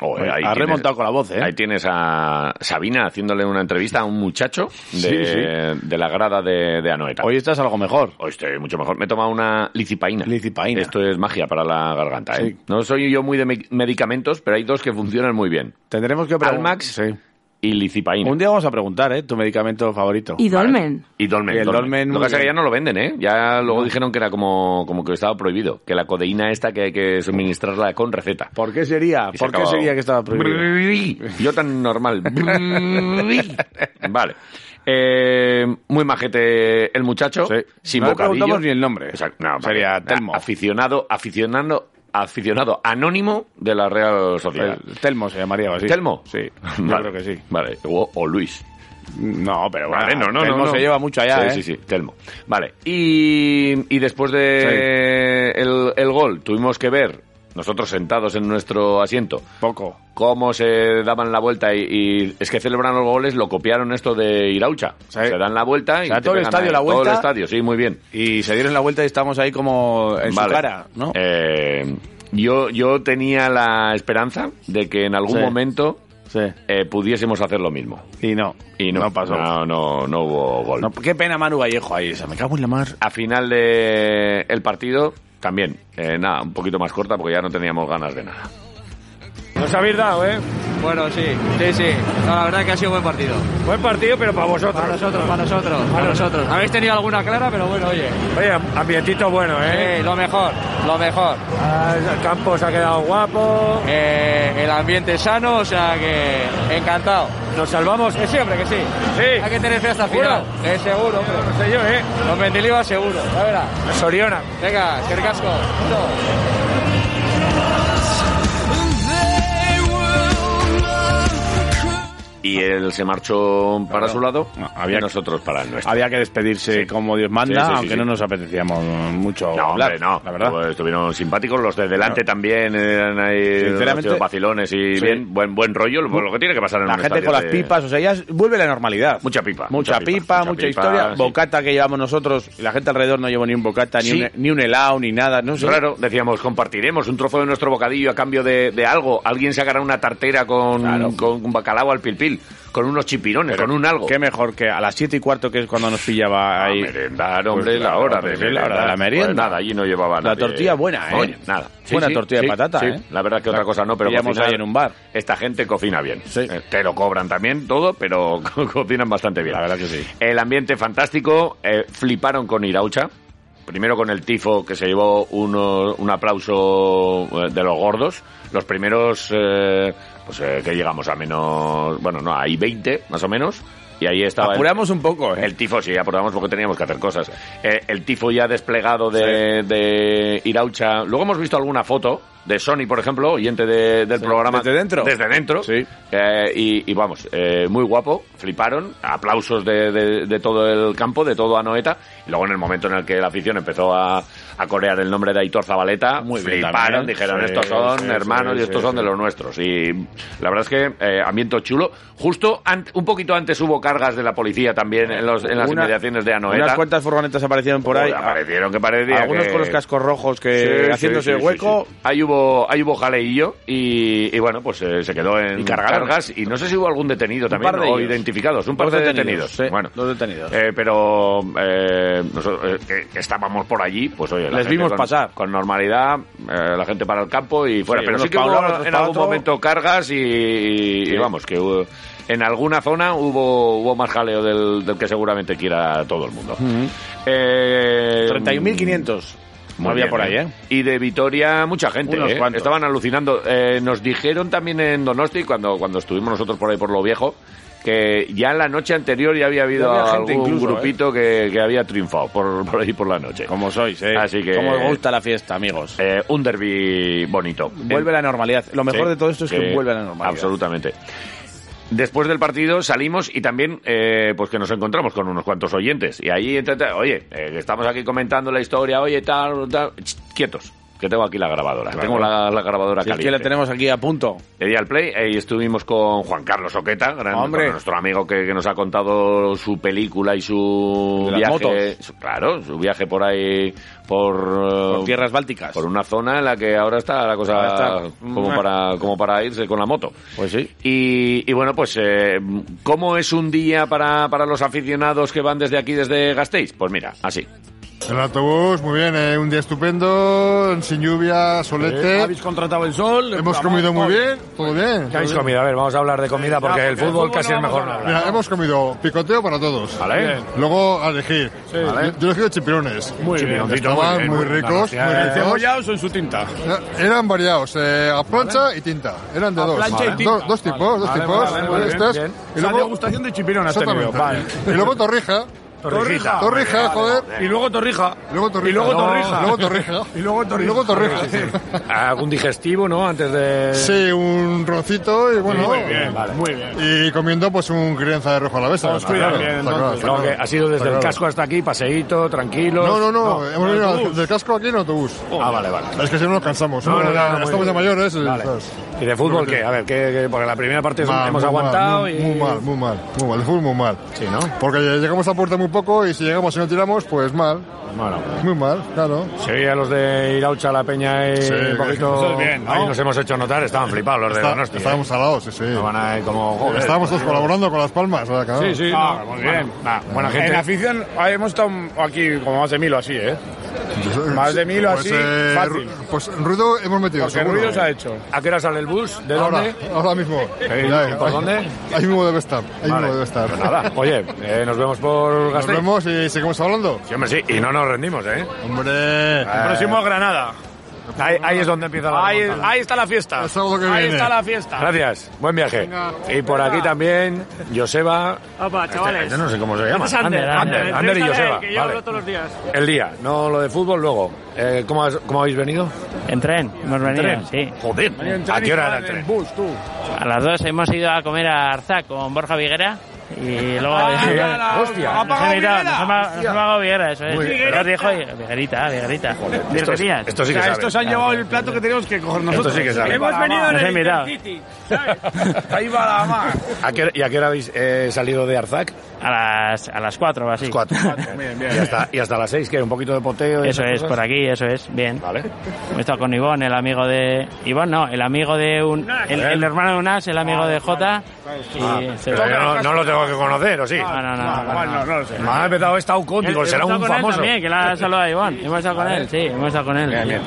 S3: Ah, Pues ha remontado con la voz, ¿eh?
S2: Ahí tienes a Sabina haciéndole una entrevista a un muchacho de,
S3: Sí,
S2: de la grada de, de Anoeta.
S3: Hoy estás algo mejor.
S2: Hoy estoy mucho mejor. Me he tomado una licipaína.
S3: Licipaína.
S2: Esto es magia para la garganta. ¿eh?
S3: Sí.
S2: No soy yo muy de me- medicamentos, pero hay dos que funcionan muy bien.
S3: Tendremos que pregun-
S2: Almax
S3: Sí.
S2: Y licipaína.
S3: Un día vamos a preguntar, ¿eh? Tu medicamento favorito.
S6: Y Dolmen.
S2: Y Dolmen.
S3: Y el Dolmen,
S2: Lo que
S3: muy
S2: pasa es que ya
S3: bien.
S2: no lo venden, ¿eh? Ya luego dijeron que era como, como que estaba prohibido. Que la codeína esta que hay que suministrarla con receta.
S3: ¿Por qué sería?
S2: Y se
S3: ¿Por qué
S2: acabó.
S3: sería que estaba prohibido?
S2: Yo tan normal. vale. Eh, muy majete el muchacho.
S3: Sí.
S2: Sin
S3: No le
S2: bocadillo.
S3: preguntamos ni el nombre.
S2: Exacto. No,
S3: Sería
S2: vale. Ah,
S3: Telmo.
S2: Aficionado, aficionado, aficionado anónimo de la Real Sociedad.
S3: El- Eh, Telmo se llamaría o así.
S2: ¿Telmo?
S3: ¿Ah, Sí, yo
S2: Vale.
S3: creo que sí. Ah,
S2: Vale. O, o Luis.
S3: No, pero bueno,
S2: Vale, no, no,
S3: Telmo
S2: no, no.
S3: se lleva mucho allá,
S2: Sí,
S3: ¿eh?
S2: sí, sí, Telmo. Vale. Y, y después de el, el gol, tuvimos que ver, nosotros sentados en nuestro asiento,
S3: Poco.
S2: cómo se daban la vuelta y, y es que celebran los goles, lo copiaron esto de Iraucha.
S3: Sí.
S2: Se dan la vuelta y
S3: O sea,
S2: te
S3: todo el
S2: pegan
S3: estadio
S2: ahí.
S3: la
S2: Todo
S3: vuelta.
S2: el estadio, sí, muy bien.
S3: Y se dieron la vuelta y estamos ahí como en
S2: Vale.
S3: su cara, ¿no?
S2: Eh, yo, yo tenía la esperanza de que en algún
S3: Sí.
S2: momento
S3: sí.
S2: eh, pudiésemos hacer lo mismo.
S3: Y no.
S2: Y no,
S3: pasó.
S2: No, no, no hubo gol.
S3: No, qué pena Manu Vallejo ahí, esa. Me cago en la mar.
S2: a final de el partido también eh, nada un poquito más corta porque ya no teníamos ganas de nada
S6: Os habéis dado, ¿eh?
S5: Bueno, sí, sí, sí. No, la verdad que ha sido buen partido.
S6: Buen partido, pero para vosotros.
S5: Para nosotros, para nosotros, para nosotros. Habéis tenido alguna clara, pero bueno, oye.
S6: Oye, ambientito bueno, ¿eh?
S5: Sí, lo mejor, lo mejor.
S6: Ah, El campo se ha quedado guapo.
S5: Eh, el ambiente sano, o sea que encantado.
S6: Nos salvamos.
S5: Que siempre, que sí.
S6: Sí.
S5: Hay que tener fe hasta el
S6: ¿Seguro?
S5: final. Eh, seguro, hombre.
S6: No sé yo, ¿eh?
S5: Los Mendiliva seguro, la verdad.
S6: Soriona.
S5: Venga, es que el casco. Uno.
S2: Y él se marchó para su lado
S3: No,
S2: había
S3: había- Ah,
S2: y nosotros para el nuestro.
S3: Había que despedirse como Dios manda,
S2: Sí, sí, sí,
S3: aunque
S2: sí.
S3: no nos apetecíamos mucho
S2: No,
S3: hablar,
S2: hombre, no.
S3: la verdad.
S2: Pues estuvieron simpáticos. Los de delante también eran ahí
S3: Sinceramente-
S2: han sido vacilones y
S3: Sí.
S2: bien, buen, buen rollo, lo, lo que tiene que pasar en
S3: la
S2: un
S3: gente
S2: estadio
S3: con las
S2: de-
S3: pipas, o sea, ya es- vuelve la normalidad.
S2: Mucha pipa,
S3: Mucha, pipa, mucha,
S2: pipa,
S3: historia.
S2: sí.
S3: Bocata que llevamos nosotros, y la gente alrededor no llevó ni un bocata,
S2: Sí.
S3: ni, un, ni un helado, ni nada. No sé.
S2: Claro, decíamos, compartiremos un trozo de nuestro bocadillo a cambio de, de algo. Alguien sacará una tartera con, con un bacalao al pilpil, con unos chipirones, con un algo.
S3: Qué mejor que a las 7 y cuarto, que es cuando nos pillaba
S2: A
S3: ahí.
S2: merendar, hombre,
S3: Pues
S2: la
S3: claro,
S2: hora
S3: hombre,
S2: de
S3: la hora de la
S2: merendar.
S3: merienda.
S2: Pues nada, allí no llevaba
S3: La
S2: nada.
S3: tortilla buena, ¿eh?
S2: nada.
S3: Buena tortilla de patata,
S2: sí.
S3: ¿eh?
S2: La verdad es que
S3: La
S2: otra cosa no, pero
S3: pillamos
S2: cocinar-
S3: ahí en un bar.
S2: Esta gente cocina bien.
S3: Sí.
S2: Eh, Te lo cobran también todo, pero co- cocinan bastante bien.
S3: La verdad que sí.
S2: El ambiente fantástico, eh, fliparon con Iraucha. Primero con el tifo que se llevó uno- un aplauso eh, de los gordos. Los primeros, eh, pues eh, que llegamos a menos, bueno, no, ahí 20 más o menos. Y ahí estaba. el-
S3: Apuramos un poco, ¿eh?
S2: el tifo, sí, aprobamos porque teníamos que hacer cosas. Eh, el tifo ya desplegado de, de Iraucha. Luego hemos visto alguna foto de Sony, por ejemplo, oyente de- del
S3: Sí,
S2: programa.
S3: desde dentro.
S2: Desde dentro.
S3: Sí.
S2: Eh, y, y vamos, eh, muy guapo, fliparon, aplausos de, de- de todo el campo, de todo Anoeta. Y luego en el momento en el que la afición empezó a, a corear el nombre de Aitor Zabaleta,
S3: Muy bien
S2: fliparon,
S3: también.
S2: dijeron,
S3: Sí,
S2: estos son
S3: sí,
S2: hermanos
S3: sí,
S2: y estos
S3: sí,
S2: son de
S3: sí.
S2: los nuestros. Y la verdad es que eh, ambiente chulo. Justo ant- un poquito antes hubo cargas de la policía también en, los, en las
S3: Una-
S2: inmediaciones de Anoeta.
S3: Unas cuantas furgonetas aparecieron por ahí.
S2: Joder, aparecieron que parecía
S3: Algunos
S2: que-
S3: con los cascos rojos
S2: Sí,
S3: que
S2: sí,
S3: haciéndose
S2: sí, sí,
S3: hueco.
S2: sí. Ahí hubo, ahí hubo jaleillo y, y bueno, pues eh, se quedó en
S3: Y cargaron.
S2: cargas y no sé si hubo algún detenido también
S3: par de
S2: o
S3: ellos.
S2: identificados, un par
S3: Dos
S2: de detenidos.
S3: detenidos, sí,
S2: bueno,
S3: dos detenidos.
S2: Eh, pero eh, nosotros eh, que- que estábamos por allí, pues oye, la
S3: Les
S2: gente
S3: vimos
S2: con-
S3: pasar.
S2: con normalidad, eh, la gente para el campo y fuera.
S3: Sí,
S2: pero
S3: unos
S2: sí que
S3: pa' un
S2: hubo
S3: lado, otros
S2: en
S3: pa'
S2: algún
S3: otro.
S2: momento cargas y, y- y vamos, que hubo- en alguna zona hubo, hubo más jaleo del, del que seguramente quiera todo el mundo. Eh,
S3: 31.500.
S2: Mm. muy
S3: No había
S2: bien,
S3: por ahí, ¿eh?
S2: Y de Vitoria, mucha gente.
S3: Unos
S2: ¿eh?
S3: cuantos.
S2: Estaban alucinando. Eh, nos dijeron también en Donosti, cuando, cuando estuvimos nosotros por ahí por lo viejo, que ya la noche anterior ya había habido
S3: Ya había gente
S2: algún
S3: incluso, ¿eh?
S2: grupito que, que había triunfado por, por ahí por la noche.
S3: Como sois, ¿eh?
S2: Así que-
S3: Como os gusta la fiesta, amigos.
S2: Eh, un derby bonito.
S3: Vuelve a la normalidad. Lo mejor
S2: Sí,
S3: de todo esto es que, vuelve a la normalidad.
S2: Absolutamente. Después del partido salimos y también eh, pues que nos encontramos con unos cuantos oyentes. Y ahí, entre- entre- oye, eh, estamos aquí comentando la historia, oye, tal, tal. Ch, quietos, que tengo aquí la grabadora.
S3: Claro.
S2: Tengo la, la grabadora
S3: Si es
S2: caliente.
S3: que la tenemos aquí a punto.
S2: Le di al play eh, y estuvimos con Juan Carlos Oqueta, gran-
S3: Hombre.
S2: con nuestro amigo que, que nos ha contado su película y su
S3: De las
S2: viaje.
S3: motos.
S2: su- claro, su viaje por ahí, por, eh,
S3: Por tierras bálticas.
S2: por una zona en la que ahora está la cosa
S3: Ahora está.
S2: Como, para, como para irse con la moto.
S3: Pues sí.
S2: Y, y bueno, pues, eh, ¿cómo es un día para, para los aficionados que van desde aquí, desde Gasteiz? Pues mira, así.
S7: El autobús, muy bien, ¿eh? un día estupendo, sin lluvia, solete.
S3: contratado el sol.
S7: Hemos comido muy bien, todo bien.
S6: ¿Qué habéis comido? A ver, vamos a hablar de comida porque el fútbol casi es mejor no hablar.
S7: Mira, hemos comido picoteo para todos.
S6: Vale.
S7: Luego a elegir. Yo- Yo he elegido chipirones.
S6: Muy bien.
S7: Estaban muy ricos, muy ricos. Eh,
S3: en su tinta.
S7: Eran variados, eh, a plancha y tinta. Eran de
S3: A
S7: dos.
S3: plancha y
S7: Do-
S3: tinta.
S7: dos tipos, dos
S6: Vale,
S7: tipos.
S6: vale, vale, bien,
S7: Estas.
S6: bien.
S7: Y luego,
S3: degustación de chipirón
S7: exactamente. Y luego torrija.
S6: Torrijita.
S7: Torrija, joder.
S3: Y luego torrija.
S7: Luego torrija.
S6: luego torrija. Ah,
S7: Luego torrija.
S3: Y luego
S7: Y luego torrija.
S6: Algún digestivo, ¿no? Antes de...
S7: Sí, un rocito y bueno.
S6: muy bien.
S7: Y comiendo pues un crianza de rojo a la vez.
S6: Os cuidan bien, entonces. Claro que ha sido desde el casco hasta aquí, paseíto, tranquilo.
S7: pues No, no, no, hemos venido del casco aquí en autobús.
S6: Ah, vale, vale.
S7: Es que si no nos cansamos.
S6: No, no, no,
S7: Ya
S6: muy
S7: estamos de
S6: bien.
S7: mayores.
S6: Vale.
S7: ¿sabes?
S6: ¿Y de fútbol qué? A ver, ¿qué, qué? porque la primera parte
S7: Mal,
S6: hemos
S7: muy
S6: aguantado
S7: mal,
S6: y...
S7: muy, muy mal, muy mal, muy mal, el fútbol muy mal.
S6: Sí, ¿no?
S7: Porque llegamos a puerta muy poco y si llegamos y no tiramos, pues mal,
S6: Bueno,
S7: muy mal, claro.
S6: se veía los de Iraucha, La Peña y
S7: Sí,
S6: un poquito...
S7: eso es bien, ¿no?
S6: Ahí nos hemos hecho notar, estaban flipados los de
S7: Está-
S6: Donosti. ¿eh?
S7: estábamos al lado, sí, sí.
S6: Estaban ahí como... joder,
S7: Estábamos todos Ah,
S6: tío.
S7: colaborando con las palmas. ¿verdad? Claro.
S6: Ah, Sí, sí, no, muy bien. Nah, buena gente.
S3: afición hemos estado aquí como más de mil o así, ¿eh? Más de mil o así, fácil.
S7: pues, ru- Pues ruido hemos metido,
S3: Porque
S7: seguro.
S3: ruido se ha hecho.
S8: ¿A qué hora sale el bus? ¿De
S7: ahora,
S8: dónde?
S7: ahora mismo.
S8: Eh,
S7: Ya,
S8: ¿por
S7: ahí-
S8: dónde?
S7: Ahí mismo debe estar. Ahí
S8: Vale.
S7: mismo debe estar.
S8: Pues nada, oye, eh, nos vemos por
S7: Nos
S8: Gasteiz.
S7: vemos y seguimos hablando.
S8: Sí, hombre, sí, y no nos rendimos, ¿eh?
S7: Hombre.
S8: El próximo es Granada. Ahí, ahí es donde empieza la
S7: Ahí-
S8: remontada.
S9: está la fiesta.
S7: El sábado que viene.
S9: fiesta.
S8: Gracias, buen viaje. y por aquí también, Joseba.
S9: Opa, chavales.
S8: Yo Este, no sé cómo se llama.
S9: Este es Ander,
S8: Ander,
S9: Ander.
S8: Ander y
S9: Entrevístale,
S8: Joseba.
S9: que yo
S8: vale.
S9: hablo todos los días.
S8: El día, no lo de fútbol, luego. Eh, ¿cómo, has- cómo habéis venido?
S5: En tren, hemos venido,
S8: ¿Tren?
S5: sí.
S8: Joder, ¿a qué hora era el tren?
S3: bus, tú.
S5: A las dos hemos ido a comer a Arza con Borja Viguera y luego...
S8: Sí,
S5: nos
S8: Hostia,
S5: hemos invitado, nos hemos- nos hemos pagado Viguera, eso es.
S8: Muy bien.
S5: Nos dijo Viguerita, Viguerita.
S8: esto, es-
S5: Virguerías.
S8: esto sí que sabe.
S3: estos han llevado el plato que teníamos que coger
S8: Esto
S3: nosotros.
S8: sí que sabe.
S9: Hemos venido en
S5: Nos he
S9: el
S5: mirado.
S9: Intercity, ¿sabes?
S3: Ahí va la mar.
S8: ¿A qué hora- ¿Y a qué hora habéis eh, salido de Arzac?
S5: A las, a las cuatro o así.
S8: Cuatro. Y hasta, y hasta las seis, que un poquito de poteo. y
S5: Eso
S8: esas
S5: es,
S8: cosas?
S5: por aquí, eso es, bien.
S8: Vale.
S5: He estado con Ivón, el amigo de... Ivón no, el amigo de un... El, el hermano de Unas, el amigo
S9: Ah,
S5: de Jota. Y se-
S8: Ah, Pero yo no, no lo tengo que conocer, ¿o sí? Ah,
S5: No, no,
S9: Ah,
S5: no, no, no.
S3: no lo sé.
S8: Me ha empezado esta Ucón, digo,
S5: Hemos
S8: será
S5: estado
S8: un
S5: con él
S8: famoso.
S5: también, que la ha saludado a Iván. Hemos estado con él, sí, hemos estado con él.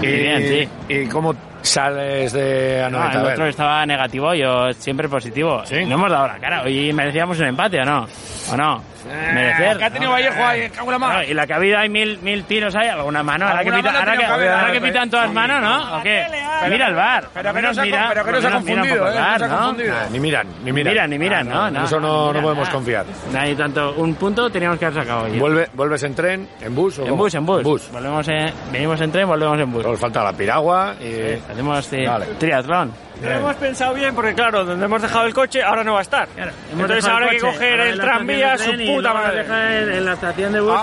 S8: Y,
S5: Bien, sí.
S8: Eh, ¿Y cómo sales de
S5: Ah,
S8: Anoeta?
S5: el
S8: A ver.
S5: otro estaba negativo, yo siempre positivo.
S8: ¿Sí?
S5: No hemos dado la cara. Hoy merecíamos un empate, ¿o no? ¿O no? Merecer.
S9: que ha tenido Vallejo ahí, cago en la mar.
S5: No, y la que ha habido hay mil, mil tiros ahí, alguna mano.
S8: Ah,
S5: Ahora que,
S9: Alguna
S5: pita-
S9: mano
S5: ahora que,
S9: tenía que haber,
S5: ahora que
S9: ¿eh?
S5: pitan todas manos, ¿no? ¿O qué? mira el bar.
S9: pero que no se ha- pero que no se ha eh.
S5: confundido,
S8: Ah, ni miran, ni
S5: Ni
S8: miran.
S5: miran, ni miran,
S8: Ah,
S5: no,
S8: en
S5: no.
S8: Eso no, no
S5: miran,
S8: podemos
S5: nada.
S8: confiar.
S5: No hay tanto. Un punto teníamos que haber sacado hoy. ¿eh?
S8: Vuelve, ¿Vuelves en tren, en bus o
S5: En
S8: cómo?
S5: bus, en bus. Volvemos en- venimos en tren, volvemos en bus.
S8: Solo falta la piragua y...
S5: Eh, Hacemos eh,
S8: Vale.
S5: triatlón.
S9: Lo hemos pensado bien porque, claro, donde hemos dejado el coche ahora no va a estar.
S5: Hemos
S9: Entonces
S5: dejado
S9: ahora hay
S5: el
S9: que
S5: coche,
S9: coger
S5: ahora en
S9: el
S5: la
S9: tranvía a su
S5: estación de tren y
S9: puta
S5: luego lo
S9: madre.
S5: deja en, en la estación de bus.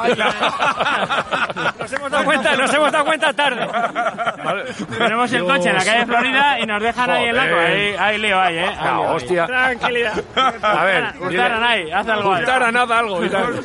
S9: Nos hemos dado cuenta, nos hemos dado cuenta tarde.
S5: Tenemos el coche en la calle Florida y nos dejan ahí en la
S8: Joder.
S5: Ahí, ahí lío hay, ¿eh? Ahí
S8: Ah,
S5: lío hay.
S8: hostia.
S9: Tranquilidad.
S8: A ver,
S5: Hurtaran ahí, haz algo ahí.
S8: Hurtaran, haz algo. y tal.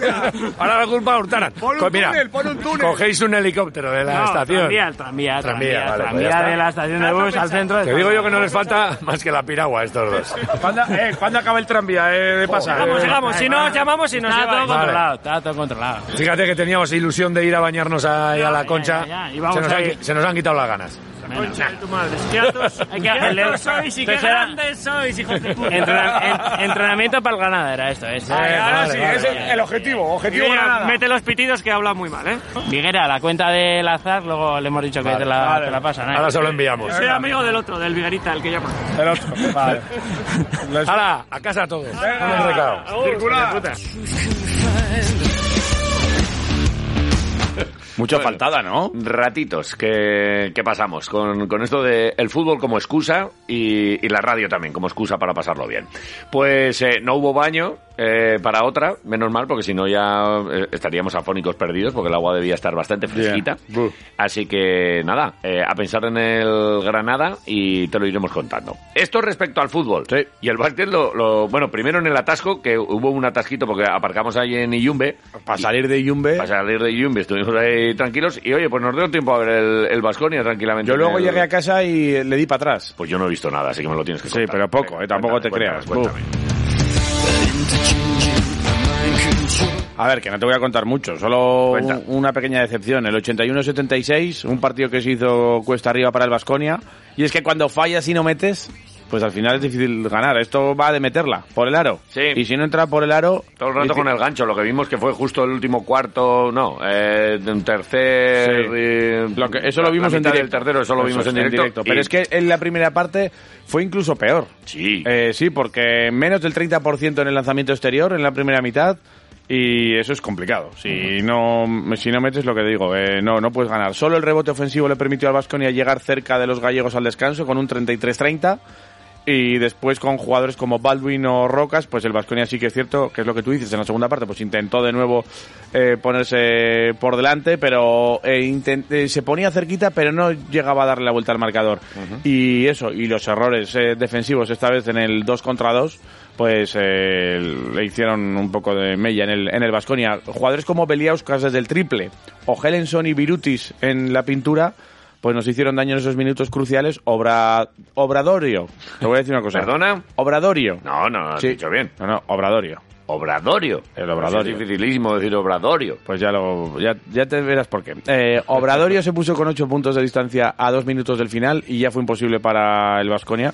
S8: Ahora la culpa a Hurtaran.
S7: Pon un
S8: Co-
S7: túnel, pon un túnel.
S8: Cogéis un helicóptero de la
S5: No,
S8: estación.
S5: Tranvía, el tranvía,
S8: Tranvía,
S5: tranvía,
S8: vale, pues
S5: tranvía
S8: ya está.
S5: de la estación de bus al centro. de
S8: Te digo yo que no les falta más que la piragua a estos dos. Oh,
S3: ¿Cuándo, eh, ¿Cuándo acaba el tranvía eh, de pasar?
S9: Vamos,
S3: Eh,
S9: llegamos. Si no, llamamos y nos
S5: Está todo
S9: llevan.
S5: controlado, está todo controlado.
S8: Fíjate que teníamos ilusión de ir a bañarnos ahí a la
S5: ya,
S8: concha.
S5: ya, ya. Y vamos
S8: Se nos han
S5: ahí.
S8: qui- se nos han quitado las ganas.
S9: Concha de tu madre. Qué altos,
S5: Hay que
S9: qué
S5: hacerle-
S9: altos sois y qué
S5: Entonces era-
S9: grandes sois, hijos de puta.
S5: Entrena- en- entrenamiento para el Granada era esto, es. eh,
S9: Vale, ahora
S8: vale,
S9: sí,
S8: vale,
S9: ese-
S8: vale.
S3: El objetivo, objetivo
S9: Mira,
S3: Granada.
S9: mete los pitidos que habla muy mal, ¿eh?
S5: Viguera, la cuenta del azar, luego le hemos dicho que te, la,
S3: vale.
S5: te la pasan. ¿eh?
S8: Ahora se lo enviamos.
S9: Soy amigo del otro, del Vigarita, el que llama.
S3: El otro. Vale. Los-
S8: Ahora, a casa todos. Buen recado.
S2: Mucha
S3: faltada, ¿no?
S2: Ratitos que, que pasamos con, con esto de el fútbol como excusa y, y la radio también como excusa para pasarlo bien. Pues eh, no hubo baño eh, para otra, menos mal, porque si no ya eh, estaríamos afónicos perdidos porque el agua debía estar bastante fresquita.
S3: Buh.
S2: Así que nada, eh, a pensar en el Granada y te lo iremos contando. Esto respecto al fútbol.
S3: Sí.
S2: Y el básquet, lo, lo- bueno, primero en el atasco, que hubo un atasquito porque aparcamos ahí en Iyumbe.
S3: Para salir de Yumbe.
S2: Para salir de Yumbi estuvimos ahí tranquilos y oye, pues nos dio tiempo a ver el, el Baskonia tranquilamente.
S3: Yo
S2: en
S3: luego
S2: el-
S3: llegué a casa y le di para atrás.
S2: Pues yo no he visto nada, así que me lo tienes que
S3: Sí,
S2: contar.
S3: pero poco,
S2: Venga,
S3: eh, tampoco te
S2: cuéntame,
S3: creas.
S2: cuéntame, cuéntame.
S3: A ver, que no te voy a contar mucho, solo
S2: Cuenta.
S3: un- una pequeña decepción. El 81-76, un partido que se hizo cuesta arriba para el Vasconia. Y es que cuando fallas y no metes, pues al final es difícil ganar. Esto va de meterla, por el aro.
S2: Sí.
S3: Y si no entra por el aro...
S2: Todo el rato con el gancho, lo que vimos que fue justo el último cuarto, no, eh, un tercer...
S3: Sí.
S2: eh,
S3: Lo que- eso
S2: la-
S3: lo vimos
S2: la
S3: en
S2: mitad
S3: directo.
S2: del tercero, eso lo vimos
S3: es,
S2: en directo. y-
S3: Pero es que en la primera parte fue incluso peor.
S2: Sí.
S3: Eh, sí, porque menos del 30% en el lanzamiento exterior en la primera mitad y eso es complicado. Si no si no metes lo que digo, eh, no no puedes ganar. Solo el rebote ofensivo le permitió al Vasconia llegar cerca de los gallegos al descanso con un 33-30. Y después con jugadores como Baldwin o Rocas, pues el Vasconia sí que es cierto, que es lo que tú dices en la segunda parte, pues intentó de nuevo eh, ponerse por delante, pero eh, intent- eh, se ponía cerquita, pero no llegaba a darle la vuelta al marcador. Y eso, y los errores eh, defensivos esta vez en el 2 contra 2, pues eh, le hicieron un poco de mella en el en el Vasconia. Jugadores como Beliauskas desde el triple, o Helenson y Virutis en la pintura, pues nos hicieron daño en esos minutos cruciales. Obra, obradorio. Te voy a decir una cosa.
S2: ¿Perdona?
S3: Obradorio.
S2: No, no, has dicho bien.
S3: No, no, obradorio.
S2: Obradorio. Pues
S3: El Obradorio.
S2: Es dificilísimo decir Obradorio.
S3: Pues ya lo ya, ya te verás por qué. Eh, Obradorio se puso con ocho puntos de distancia a dos minutos del final y ya fue imposible para el Vasconia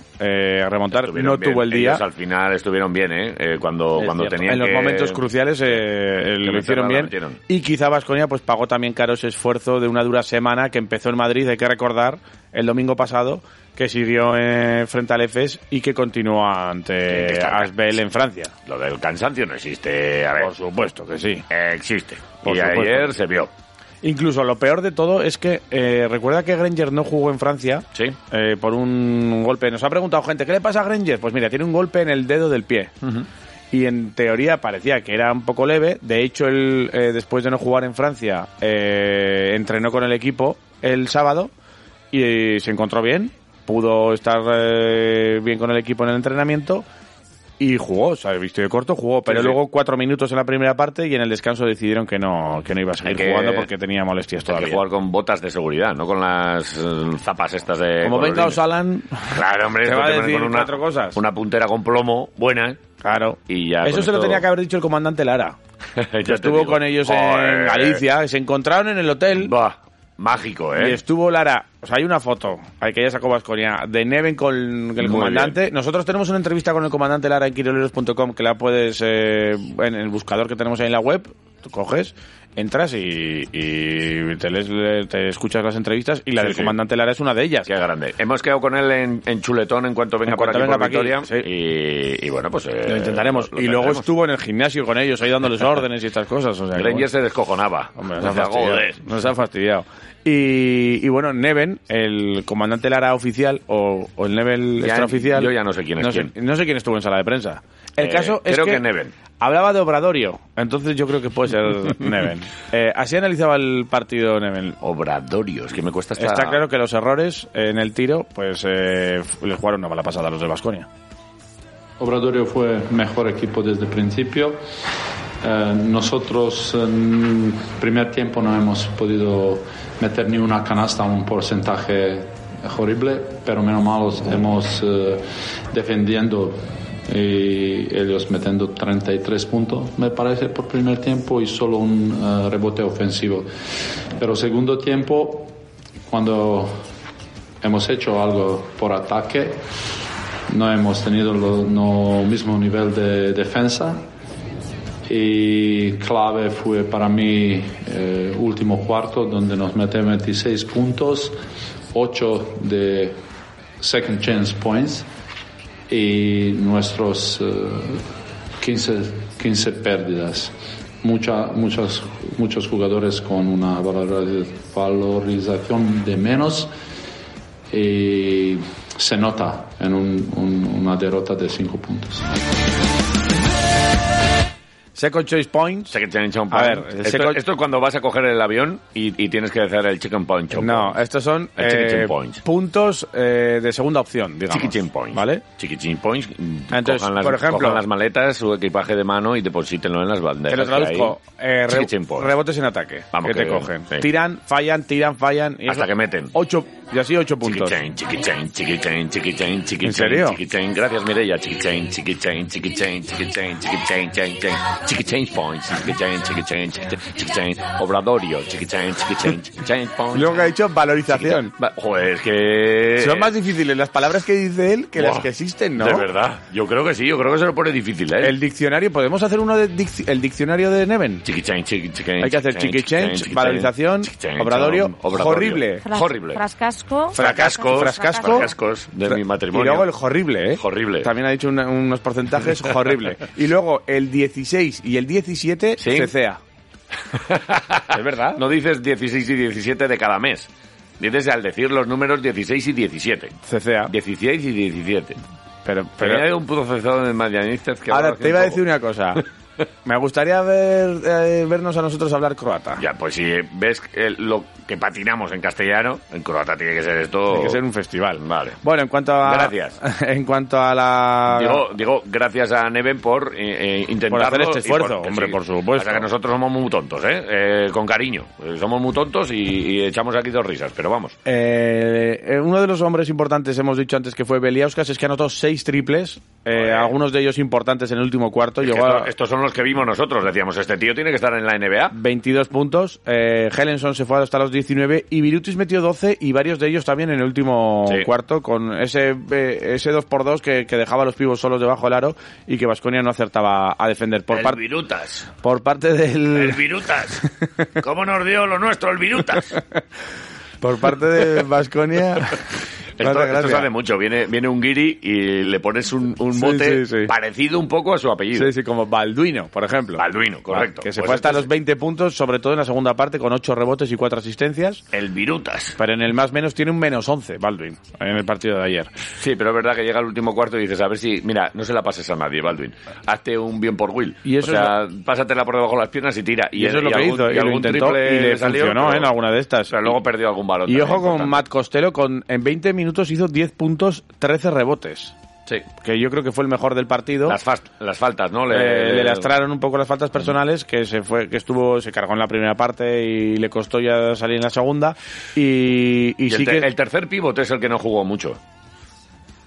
S3: remontar.
S2: Estuvieron
S3: No
S2: bien.
S3: tuvo el día.
S2: Ellos al final estuvieron bien, ¿eh? Eh, cuando
S3: Es
S2: cuando
S3: cierto.
S2: tenían
S3: en los
S2: que-
S3: momentos cruciales eh, lo
S2: meterla,
S3: hicieron
S2: la
S3: bien
S2: metieron.
S3: y quizá Vasconia pues pagó también caro ese esfuerzo de una dura semana que empezó en Madrid hay que recordar el domingo pasado que siguió eh, frente al EFES y que continúa
S2: Sí,
S3: ante
S2: está acá.
S3: Asbel en Francia
S2: Lo del cansancio no existe. A ver,
S3: por supuesto que sí
S2: eh, existe.
S3: Por
S2: y
S3: supuesto.
S2: ayer se vio.
S3: incluso lo peor de todo es que eh, recuerda que Granger no jugó en Francia
S2: Sí.
S3: eh, por un golpe. Nos ha preguntado gente, ¿qué le pasa a Granger? Pues mira, tiene un golpe en el dedo del pie. Y en teoría parecía que era un poco leve. De hecho, él, eh, después de no jugar en Francia, eh, entrenó con el equipo el sábado y eh, se encontró bien. Pudo estar eh, bien con el equipo en el entrenamiento y jugó. O sea, visto de corto, jugó. Pero
S2: sí.
S3: luego cuatro minutos en la primera parte y en el descanso decidieron que no, que no iba a seguir
S2: Hay que-
S3: jugando porque tenía molestias
S2: Hay que
S3: todavía.
S2: jugar con botas de seguridad, no con las eh, zapas estas de.
S3: Como venga
S2: colorines.
S3: Osalan,
S2: Claro, hombre,
S3: Te
S2: esto
S3: va a
S2: ponen
S3: decir
S2: con una,
S3: cuatro cosas.
S2: Una puntera con plomo, buena. ¿eh?
S3: claro.
S2: Y ya.
S3: Eso
S2: con
S3: se lo
S2: esto-
S3: tenía que haber dicho el comandante Lara.
S2: Ya
S3: que
S2: te
S3: estuvo
S2: digo.
S3: con ellos
S2: Joder.
S3: en Galicia, que se encontraron en el hotel
S2: Bah, mágico, ¿eh?
S3: y estuvo Lara. O sea, hay una foto, hay que ya sacó Vasconia, de Neven con el
S2: Muy
S3: comandante. Nosotros tenemos una entrevista con el comandante Lara en quiroleros.com que la puedes, eh, en el buscador que tenemos ahí en la web, tú coges, entras y, y te, lees- te escuchas las entrevistas y la
S2: Sí,
S3: del
S2: sí.
S3: comandante Lara es una de ellas.
S2: Qué grande. Hemos quedado con él en, en chuletón en cuanto venga
S3: En cuanto
S2: por aquí
S3: venga
S2: por
S3: para
S2: Vitoria.
S3: aquí,
S2: y, y bueno, pues. eh,
S3: Lo intentaremos.
S2: lo
S3: y luego
S2: tendremos.
S3: estuvo en el gimnasio con ellos, ahí dándoles órdenes y estas cosas. O sea, que bueno.
S2: Granger se descojonaba.
S3: Hombre, nos ha
S2: Decía,
S3: fastidiado.
S2: "Joder".
S3: Nos ha fastidiado. Y, y bueno, Neven, el comandante Lara oficial o, o el Neven
S2: Ya-
S3: extraoficial.
S2: yo ya no sé quién es
S3: no sé,
S2: quién.
S3: no sé quién estuvo en sala de prensa. El
S2: Eh,
S3: caso es
S2: creo
S3: que,
S2: que Neven.
S3: hablaba de Obradorio, entonces yo creo que puede ser Neven. Eh, así analizaba el partido Neven.
S2: Obradorio, es que me cuesta hasta...
S3: Está claro que los errores en el tiro, pues eh, f- les jugaron una mala pasada a los de Vasconia.
S8: Obradorio fue mejor equipo desde el principio. Eh, nosotros en primer tiempo no hemos podido meter ni una canasta, un porcentaje horrible, pero menos mal los hemos eh, defendiendo y ellos metiendo 33 puntos, me parece, por primer tiempo y solo un eh, rebote ofensivo. Pero segundo tiempo, cuando hemos hecho algo por ataque, no hemos tenido lo no mismo nivel de defensa y clave fue para mí eh, último cuarto donde nos mete 26 puntos, 8 de second chance points y nuestros eh, 15, 15 pérdidas. Mucha- muchas, muchos jugadores con una valora- valorización de menos y se nota en un- un- una derrota de 5 puntos.
S3: Second Choice Points.
S2: Sé que te han hecho un
S3: A
S2: pan.
S3: ver, el
S2: esto,
S3: seco-
S2: esto es cuando vas a coger el avión y, y tienes que hacer el chicken punch.
S3: No, estos son
S2: El chicken
S3: eh,
S2: points.
S3: puntos eh, de segunda opción, digamos.
S2: Chiquitín points.
S3: ¿Vale?
S2: Chiquitín points.
S3: Entonces,
S2: cojan las,
S3: por ejemplo-
S2: cojan las maletas, su equipaje de mano y deposítenlo en las banderas.
S3: Te lo traduzco. Eh, re-
S2: Chiquitín points.
S3: rebotes en ataque.
S2: Vamos,
S3: que te
S2: que-
S3: cogen.
S2: sí.
S3: Tiran, fallan, tiran, fallan. y
S2: Hasta que meten.
S3: Ocho, y así ocho puntos.
S2: Chiquitín, chiquitín, chiquitín, chiquitín, chiquitín.
S3: ¿En serio?
S2: Chiquitín. Gracias, Mireia. Chiquitín, chiquitín, chiquitín, chiquitín, chiquitín, chiquitín. Chiquitín points. Chiquitín, chiquitín, chiquitín, chiquitín. Obradorio. Chiquitín, chiquitín, chiquitín points.
S3: Luego que ha dicho valorización.
S2: Va- Joder, es que...
S3: Son más difíciles las palabras que dice él que
S2: Eh.
S3: las
S2: Buah,
S3: que existen, ¿no?
S2: De verdad. Yo creo que sí. Yo creo que se lo pone difícil, ¿eh?
S3: El diccionario, ¿podemos hacer uno de dic- el diccionario de Neven?
S2: Chiquichain, chiquichain,
S3: Hay que hacer
S2: chiquichain,
S3: chiquichain,
S2: chiquichain,
S3: valorización,
S2: chiquichain,
S3: obradorio, horrible.
S10: Fras-
S2: Horrible.
S10: Frascasco.
S2: Fracascos,
S3: Frascasco.
S2: fracascos de mi
S3: Y
S2: matrimonio.
S3: luego el horrible, ¿eh?
S2: Horrible.
S3: También ha dicho una- unos porcentajes horrible. Y luego el 16 y el 17
S2: Sí.
S3: se cea. ¿Es verdad?
S2: No dices 16 y 17 de cada mes. Dices al decir los números 16 y 17.
S3: CCA.
S2: 16 y 17.
S3: Pero,
S2: Pero
S3: pero-
S2: hay un puto cezado de madrianistas que
S3: ahora
S2: habla
S3: te iba a
S2: un poco.
S3: decir una cosa. Me gustaría ver, eh, vernos a nosotros hablar croata.
S2: Ya, pues si ves el- lo que patinamos en castellano, en croata tiene que ser esto.
S3: Tiene que ser
S2: un festival. Vale.
S3: Bueno, en cuanto a.
S2: Gracias.
S3: En cuanto a la.
S2: Digo, digo, gracias a Neven por eh, eh, intentarlo
S3: hacer este
S2: y
S3: esfuerzo,
S2: que
S3: hombre, por supuesto.
S2: Pasa que nosotros somos muy tontos, ¿eh? Eh, Con cariño. Eh, Somos muy tontos y, y echamos aquí dos risas, pero vamos.
S3: Eh, eh, uno de los hombres importantes, hemos dicho antes que fue Beliauskas, es que anotó seis triples, eh, algunos de ellos importantes en el último cuarto.
S2: Es que
S3: Llegó a
S2: esto- estos son los que vimos nosotros. Decíamos, este tío tiene que estar en la NBA.
S3: 22 puntos, eh, Helenson se fue hasta los 19 y Virutis metió 12 y varios de ellos también en el último
S2: Sí.
S3: cuarto con ese eh, ese 2x2 que, que dejaba a los pibos solos debajo del aro y que Vasconia no acertaba a defender. Por,
S2: el
S3: par-
S2: Virutas.
S3: por parte del...
S2: El Virutas. ¿Cómo nos dio lo nuestro el Virutas?
S3: Por parte de Vasconia...
S2: Esto, esto sabe mucho. Viene, viene un guiri y le pones un, un
S3: Sí,
S2: mote
S3: sí, sí.
S2: parecido un poco a su apellido.
S3: Sí, sí, como Balduino, por ejemplo.
S2: Balduino, correcto.
S3: Que se
S2: Pues
S3: fue hasta
S2: este es
S3: los 20 puntos, sobre todo en la segunda parte, con 8 rebotes y 4 asistencias.
S2: El Virutas.
S3: Pero en el más menos tiene un menos 11, Baldwin, en el partido de ayer.
S2: Sí, pero es verdad que llega el último cuarto y dices, a ver si, mira, no se la pases a nadie, Baldwin. Hazte un bien por Will.
S3: Y eso
S2: o sea, pásatela por debajo de las piernas y tira.
S3: Y, eso es lo
S2: y
S3: que
S2: algún-
S3: hizo.
S2: Y,
S3: Y, lo
S2: algún
S3: intentó
S2: triple
S3: y le
S2: salió,
S3: funcionó
S2: pero-
S3: en alguna de estas.
S2: Pero luego perdió algún balón.
S3: Y
S2: también
S3: ojo con
S2: importante.
S3: Matt Costello, con, en 20 minutos hizo 10 puntos, 13 rebotes.
S2: Sí.
S3: Que yo creo que fue el mejor del partido.
S2: Las, fast- las faltas, ¿no?
S3: Eh, le lastraron un poco las faltas personales que se fue que estuvo se cargó en la primera parte y le costó ya salir en la segunda y, y
S2: Y,
S3: sí
S2: el, te-
S3: que
S2: el tercer pivote es el que no jugó mucho.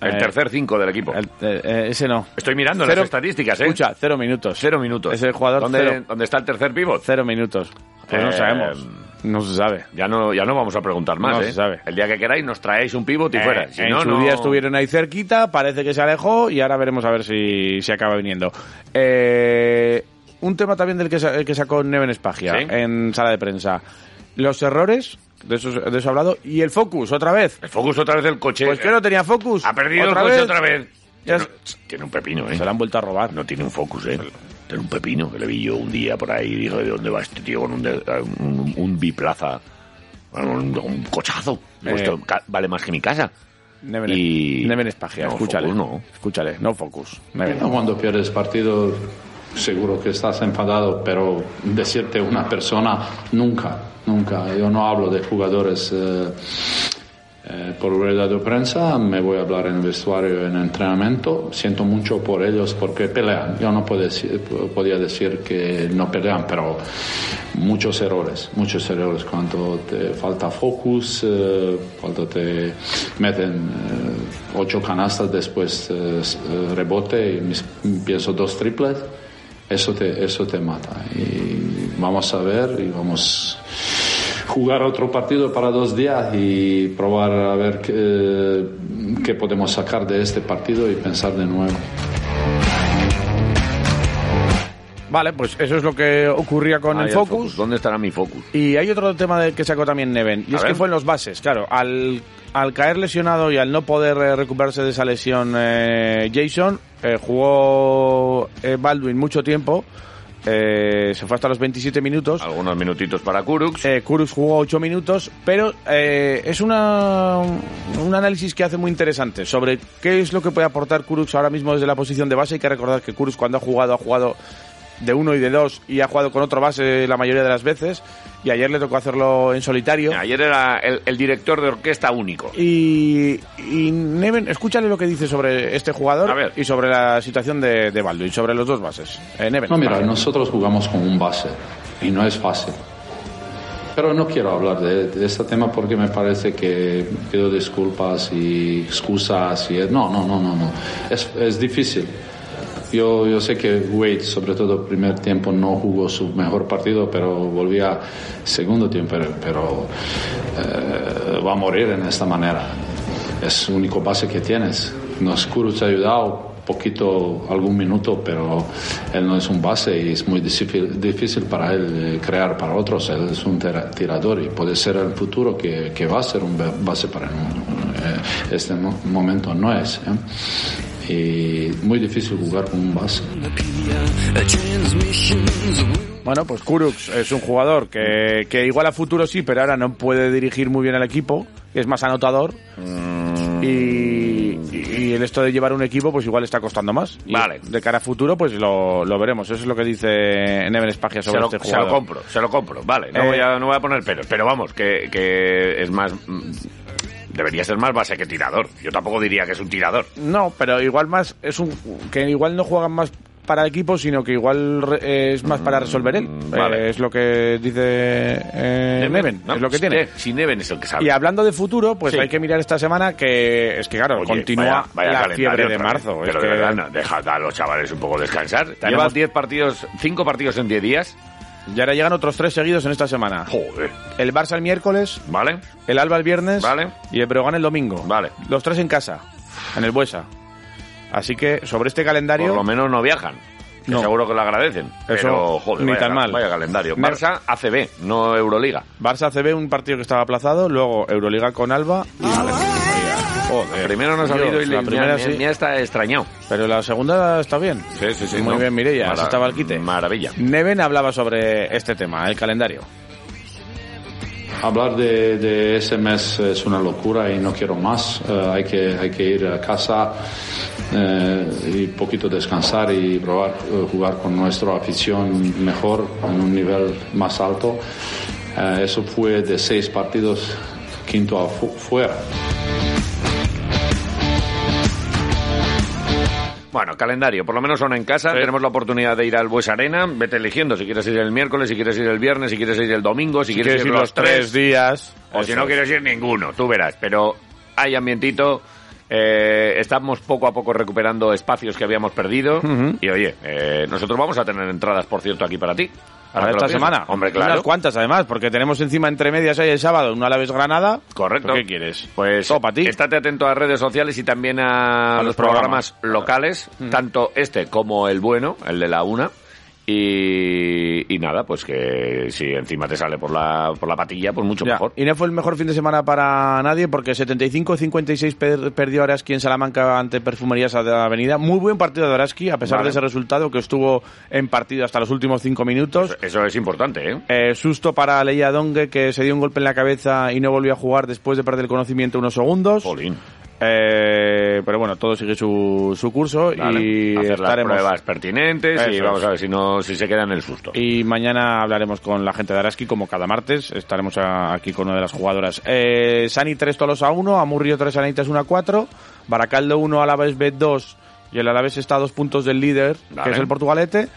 S2: El
S3: Eh,
S2: tercer cinco del equipo.
S3: el- eh, eh, ese no
S2: Estoy mirando
S3: Cero-
S2: las estadísticas, ¿eh?
S3: Escucha, cero minutos.
S2: Cero minutos.
S3: Ese jugador
S2: ¿Dónde,
S3: cero.
S2: dónde está el tercer pivot?
S3: Cero minutos. Pues no
S2: Eh,
S3: sabemos. No se sabe.
S2: Ya no, ya no vamos a preguntar más,
S3: No
S2: ¿eh?
S3: se sabe. Eh,
S2: El día que queráis nos traéis un pivot y fuera. Si
S3: en
S2: no,
S3: su
S2: no-
S3: día estuvieron ahí cerquita, parece que se alejó y ahora veremos a ver si se acaba viniendo. Eh, un tema también del que, sa- el que sacó Neven Espagia
S2: Sí.
S3: en sala de prensa. Los errores, de eso, de eso he hablado, y el focus, otra vez.
S2: El focus otra vez del coche.
S3: Pues que no tenía focus.
S2: Ha perdido
S3: ¿Otra
S2: el coche
S3: vez?
S2: otra vez.
S3: Ya
S2: Tiene- Tiene un pepino, ¿eh?
S3: Se lo han vuelto a robar.
S2: No tiene un focus, ¿eh? Tiene un pepino que le vi yo un día por ahí y dije, ¿de dónde va este tío con un, de- un, un biplaza? Bueno, Un, un cochazo. Digo,
S3: Eh.
S2: esto ca- vale más que mi casa.
S3: Neven,
S2: Y-
S3: Neven Espagia,
S2: No,
S3: escúchale.
S2: focus no.
S3: Escúchale, no focus. Neven.
S8: No, Cuando pierdes partido, seguro que estás enfadado, pero decirte una persona, nunca, nunca. Yo no hablo de jugadores eh, eh, por rueda de prensa, me voy a hablar en el vestuario, en el entrenamiento. Siento mucho por ellos porque pelean. Yo no puedo decir- podía decir que no pelean, pero muchos errores, muchos errores. Cuando te falta focus, eh, cuando te meten eh, ocho canastas, después eh, s- eh, rebote y mis- empiezo dos triples, eso te, eso te mata. Y vamos a ver y vamos jugar otro partido para dos días y probar a ver qué, qué podemos sacar de este partido y pensar de nuevo.
S3: Vale, pues eso es lo que ocurría con
S2: Ahí
S3: el
S2: el
S3: focus.
S2: ¿Dónde estará mi focus?
S3: Y hay otro tema de- que sacó también Neven, y
S2: A
S3: es
S2: ver.
S3: que fue en los bases, claro. Al, al caer lesionado y al no poder eh, recuperarse de esa lesión, eh, Jason eh, jugó eh, Baldwin mucho tiempo, eh, se fue hasta los 27 minutos.
S2: Algunos minutitos para Kurux.
S3: Eh, Kurus jugó 8 minutos, pero eh, es una, un análisis que hace muy interesante sobre qué es lo que puede aportar Kurus ahora mismo desde la posición de base. Hay que recordar que Kurus cuando ha jugado ha jugado de uno y de dos y ha jugado con otro base la mayoría de las veces y ayer le tocó hacerlo en solitario.
S2: Ayer era el, el director de orquesta único.
S3: Y, y Neven, escúchale lo que dice sobre este
S2: A
S3: jugador
S2: ver.
S3: y sobre la situación de, de Baldwin, sobre los dos bases. Eh, Neven,
S8: No, mira,
S3: vale.
S8: nosotros jugamos con un base y no es fácil. Pero no quiero hablar de, de este tema porque me parece que pido disculpas y excusas y... No, no, no, no, no. Es, es difícil. Yo, yo sé que Wade, sobre todo primer tiempo, no jugó su mejor partido, pero volvía segundo tiempo, pero, pero, eh, va a morir en esta manera. Es el único base que tienes. Nos Kurus ha ayudado poquito, algún minuto, pero él no es un base y es muy difícil, difícil para él eh, crear para otros. Él es un tira- tirador y puede ser el futuro que, que va a ser un ba- base para el mundo. Eh, Este mo- momento no es. ¿eh? Y muy difícil jugar con un base.
S3: Bueno, pues Kurux es un jugador que, que igual a futuro sí, pero ahora
S2: Mm.
S3: no puede dirigir muy bien al equipo, es más anotador. Y, y- y y el esto de llevar un equipo, pues igual está costando más. Y
S2: Vale.
S3: De cara a futuro, pues lo, lo veremos. Eso es lo que dice Neven Espagia
S2: Se
S3: sobre
S2: lo,
S3: este
S2: se lo
S3: jugador.
S2: compro, se lo compro, vale. No,
S3: Eh.
S2: voy, a, no voy a poner peros, pero vamos, que, que es más. mm, Debería ser más base que tirador. Yo tampoco diría que es un tirador.
S3: No, pero igual más es un que igual no juegan más para equipo, sino que igual re- es más para resolver él.
S2: Mm, vale.
S3: Eh, es lo que dice eh, Neven,
S2: ¿no?
S3: es lo que
S2: Si
S3: tiene.
S2: Ne- Si Neven es el que sabe.
S3: Y hablando de futuro, pues
S2: Sí.
S3: hay que mirar esta semana que es que claro,
S2: Oye,
S3: continúa
S2: vaya- vaya
S3: la
S2: calendario
S3: fiebre de
S2: otra vez.
S3: marzo.
S2: Pero
S3: es
S2: de
S3: que-
S2: verdad, no, dejad a los chavales un poco descansar. Llevas
S3: Tenemos-
S2: 10 partidos, 5 partidos en 10 días.
S3: Y ahora llegan otros tres seguidos en esta semana.
S2: Joder.
S3: El Barça el miércoles,
S2: ¿Vale?
S3: el Alba el viernes
S2: Vale.
S3: y el Breogán el domingo.
S2: Vale.
S3: Los tres en casa, en el Buesa. Así que sobre este
S2: Por
S3: calendario
S2: lo menos no viajan. que
S3: No.
S2: Seguro que lo agradecen. pero, joder,
S3: ni
S2: vaya,
S3: tan mal.
S2: vaya calendario.
S3: Mar-
S2: Barça ACB, no Euroliga.
S3: Barça CB un partido que estaba aplazado, luego Euroliga con Alba y Joder.
S2: Primero nos ha
S3: Dios,
S2: ido y
S3: la
S2: le-
S3: primera
S2: me-
S3: sí,
S2: me ha hasta extrañado.
S3: pero la segunda está bien.
S2: Sí, sí, sí.
S3: Muy
S2: no.
S3: bien, Mireia,
S2: Mara-
S3: se estaba al quite.
S2: Maravilla.
S3: Neven hablaba sobre este tema, el calendario.
S8: Hablar de, de ese mes es una locura y no quiero más. Eh, hay, que, hay que ir a casa eh, y poquito descansar y probar eh, jugar con nuestra afición mejor, en un nivel más alto. Eh, eso fue de seis partidos, quinto afu- fuera.
S2: Bueno, calendario, por lo menos son en
S3: Eh.
S2: casa. Tenemos la oportunidad de ir al Bues Arena. Vete eligiendo si quieres ir el miércoles, si quieres ir el viernes, si quieres ir el domingo, si,
S3: Si quieres ir los tres días.
S2: O si
S3: eso
S2: no
S3: es.
S2: quieres ir ninguno, tú verás. Pero hay ambientito. eh, estamos poco a poco recuperando espacios que habíamos perdido. Y oye, eh, nosotros vamos a tener entradas, por cierto, aquí para ti. Ahora
S3: Para
S2: que lo
S3: esta
S2: pienso.
S3: semana.
S2: Hombre, claro.
S3: Unas cuantas además, porque tenemos encima entre medias ahí el sábado un Alaves Granada.
S2: Correcto.
S3: ¿Pero ¿Qué quieres?
S2: Pues
S3: Todo para ti.
S2: estate atento a redes sociales y también a,
S3: A
S2: los
S3: los
S2: programas,
S3: programas. Mm.
S2: locales, tanto este como el bueno, el de la una. Y, y nada, pues que si encima te sale por la, por la patilla, pues mucho
S3: Ya.
S2: mejor.
S3: Y no fue el mejor fin de semana para nadie porque 75-56 per- perdió Araski en Salamanca ante Perfumerías de la Avenida. Muy buen partido de Araski, a pesar
S2: Vale.
S3: de ese resultado que estuvo en partido hasta los últimos cinco minutos.
S2: Eso es importante, ¿eh?
S3: Eh, susto para Leia Dongue que se dio un golpe en la cabeza y no volvió a jugar después de perder el conocimiento unos segundos.
S2: Jolín.
S3: Eh, pero bueno, todo sigue su, su curso
S2: Vale.
S3: y
S2: Hacer las
S3: estaremos-
S2: pruebas pertinentes y
S3: Eso
S2: vamos
S3: es.
S2: a ver si, no, si se queda en el susto. Eh,
S3: Y mañana hablaremos con la gente de Araski, como cada martes. Estaremos a- aquí con una de las jugadoras. Eh, Sani 3 Tolosa 1, Amurrio 3 Anitas 1 a 4, Baracaldo 1, Alaves B 2 y el Alaves está a dos puntos del líder,
S2: Vale.
S3: que es el portugalete.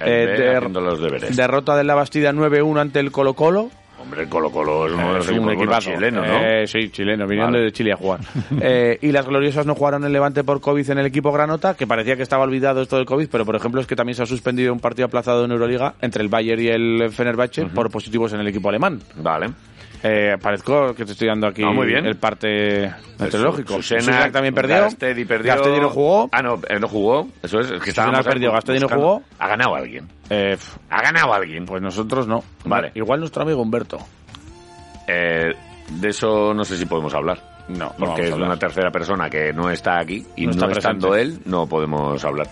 S2: El
S3: Eh,
S2: B
S3: der-
S2: haciendo los deberes.
S3: derrota de la Bastida 9-1 ante el Colo Colo.
S2: Hombre, el Colo Colo es uno de los
S3: Eh, Es un
S2: equipos buenos
S3: equipazo.
S2: chilenos, pues ¿no?
S3: Eh, sí, chileno, viniendo
S2: Vale.
S3: de Chile a jugar. Eh, y las gloriosas no jugaron el Levante por COVID en el equipo Granota, que parecía que estaba olvidado esto del COVID, pero por ejemplo es que también se ha suspendido un partido aplazado en Euroliga entre el Bayern y el Fenerbahce por positivos en el equipo alemán.
S2: Vale.
S3: Eh, parezco que te estoy dando aquí
S2: No, muy bien.
S3: el parte meteorológico.
S2: Susana,
S3: Susenac también perdió.
S2: Gastedi perdió.
S3: Gastedi no jugó.
S2: Ah, no, eh, no jugó. Eso es. es que estábamos ahí
S3: perdió, Gastedi no
S2: buscando.
S3: jugó.
S2: Ha ganado alguien.
S3: Eh, pf,
S2: Ha ganado alguien.
S3: pues nosotros no.
S2: Vale.
S3: Igual nuestro amigo Humberto.
S2: Eh, de eso no sé si podemos hablar.
S3: No, no vamos
S2: Porque
S3: a
S2: es
S3: hablar.
S2: una tercera persona que no está aquí y
S3: No
S2: no,
S3: está
S2: estando él, no podemos hablar.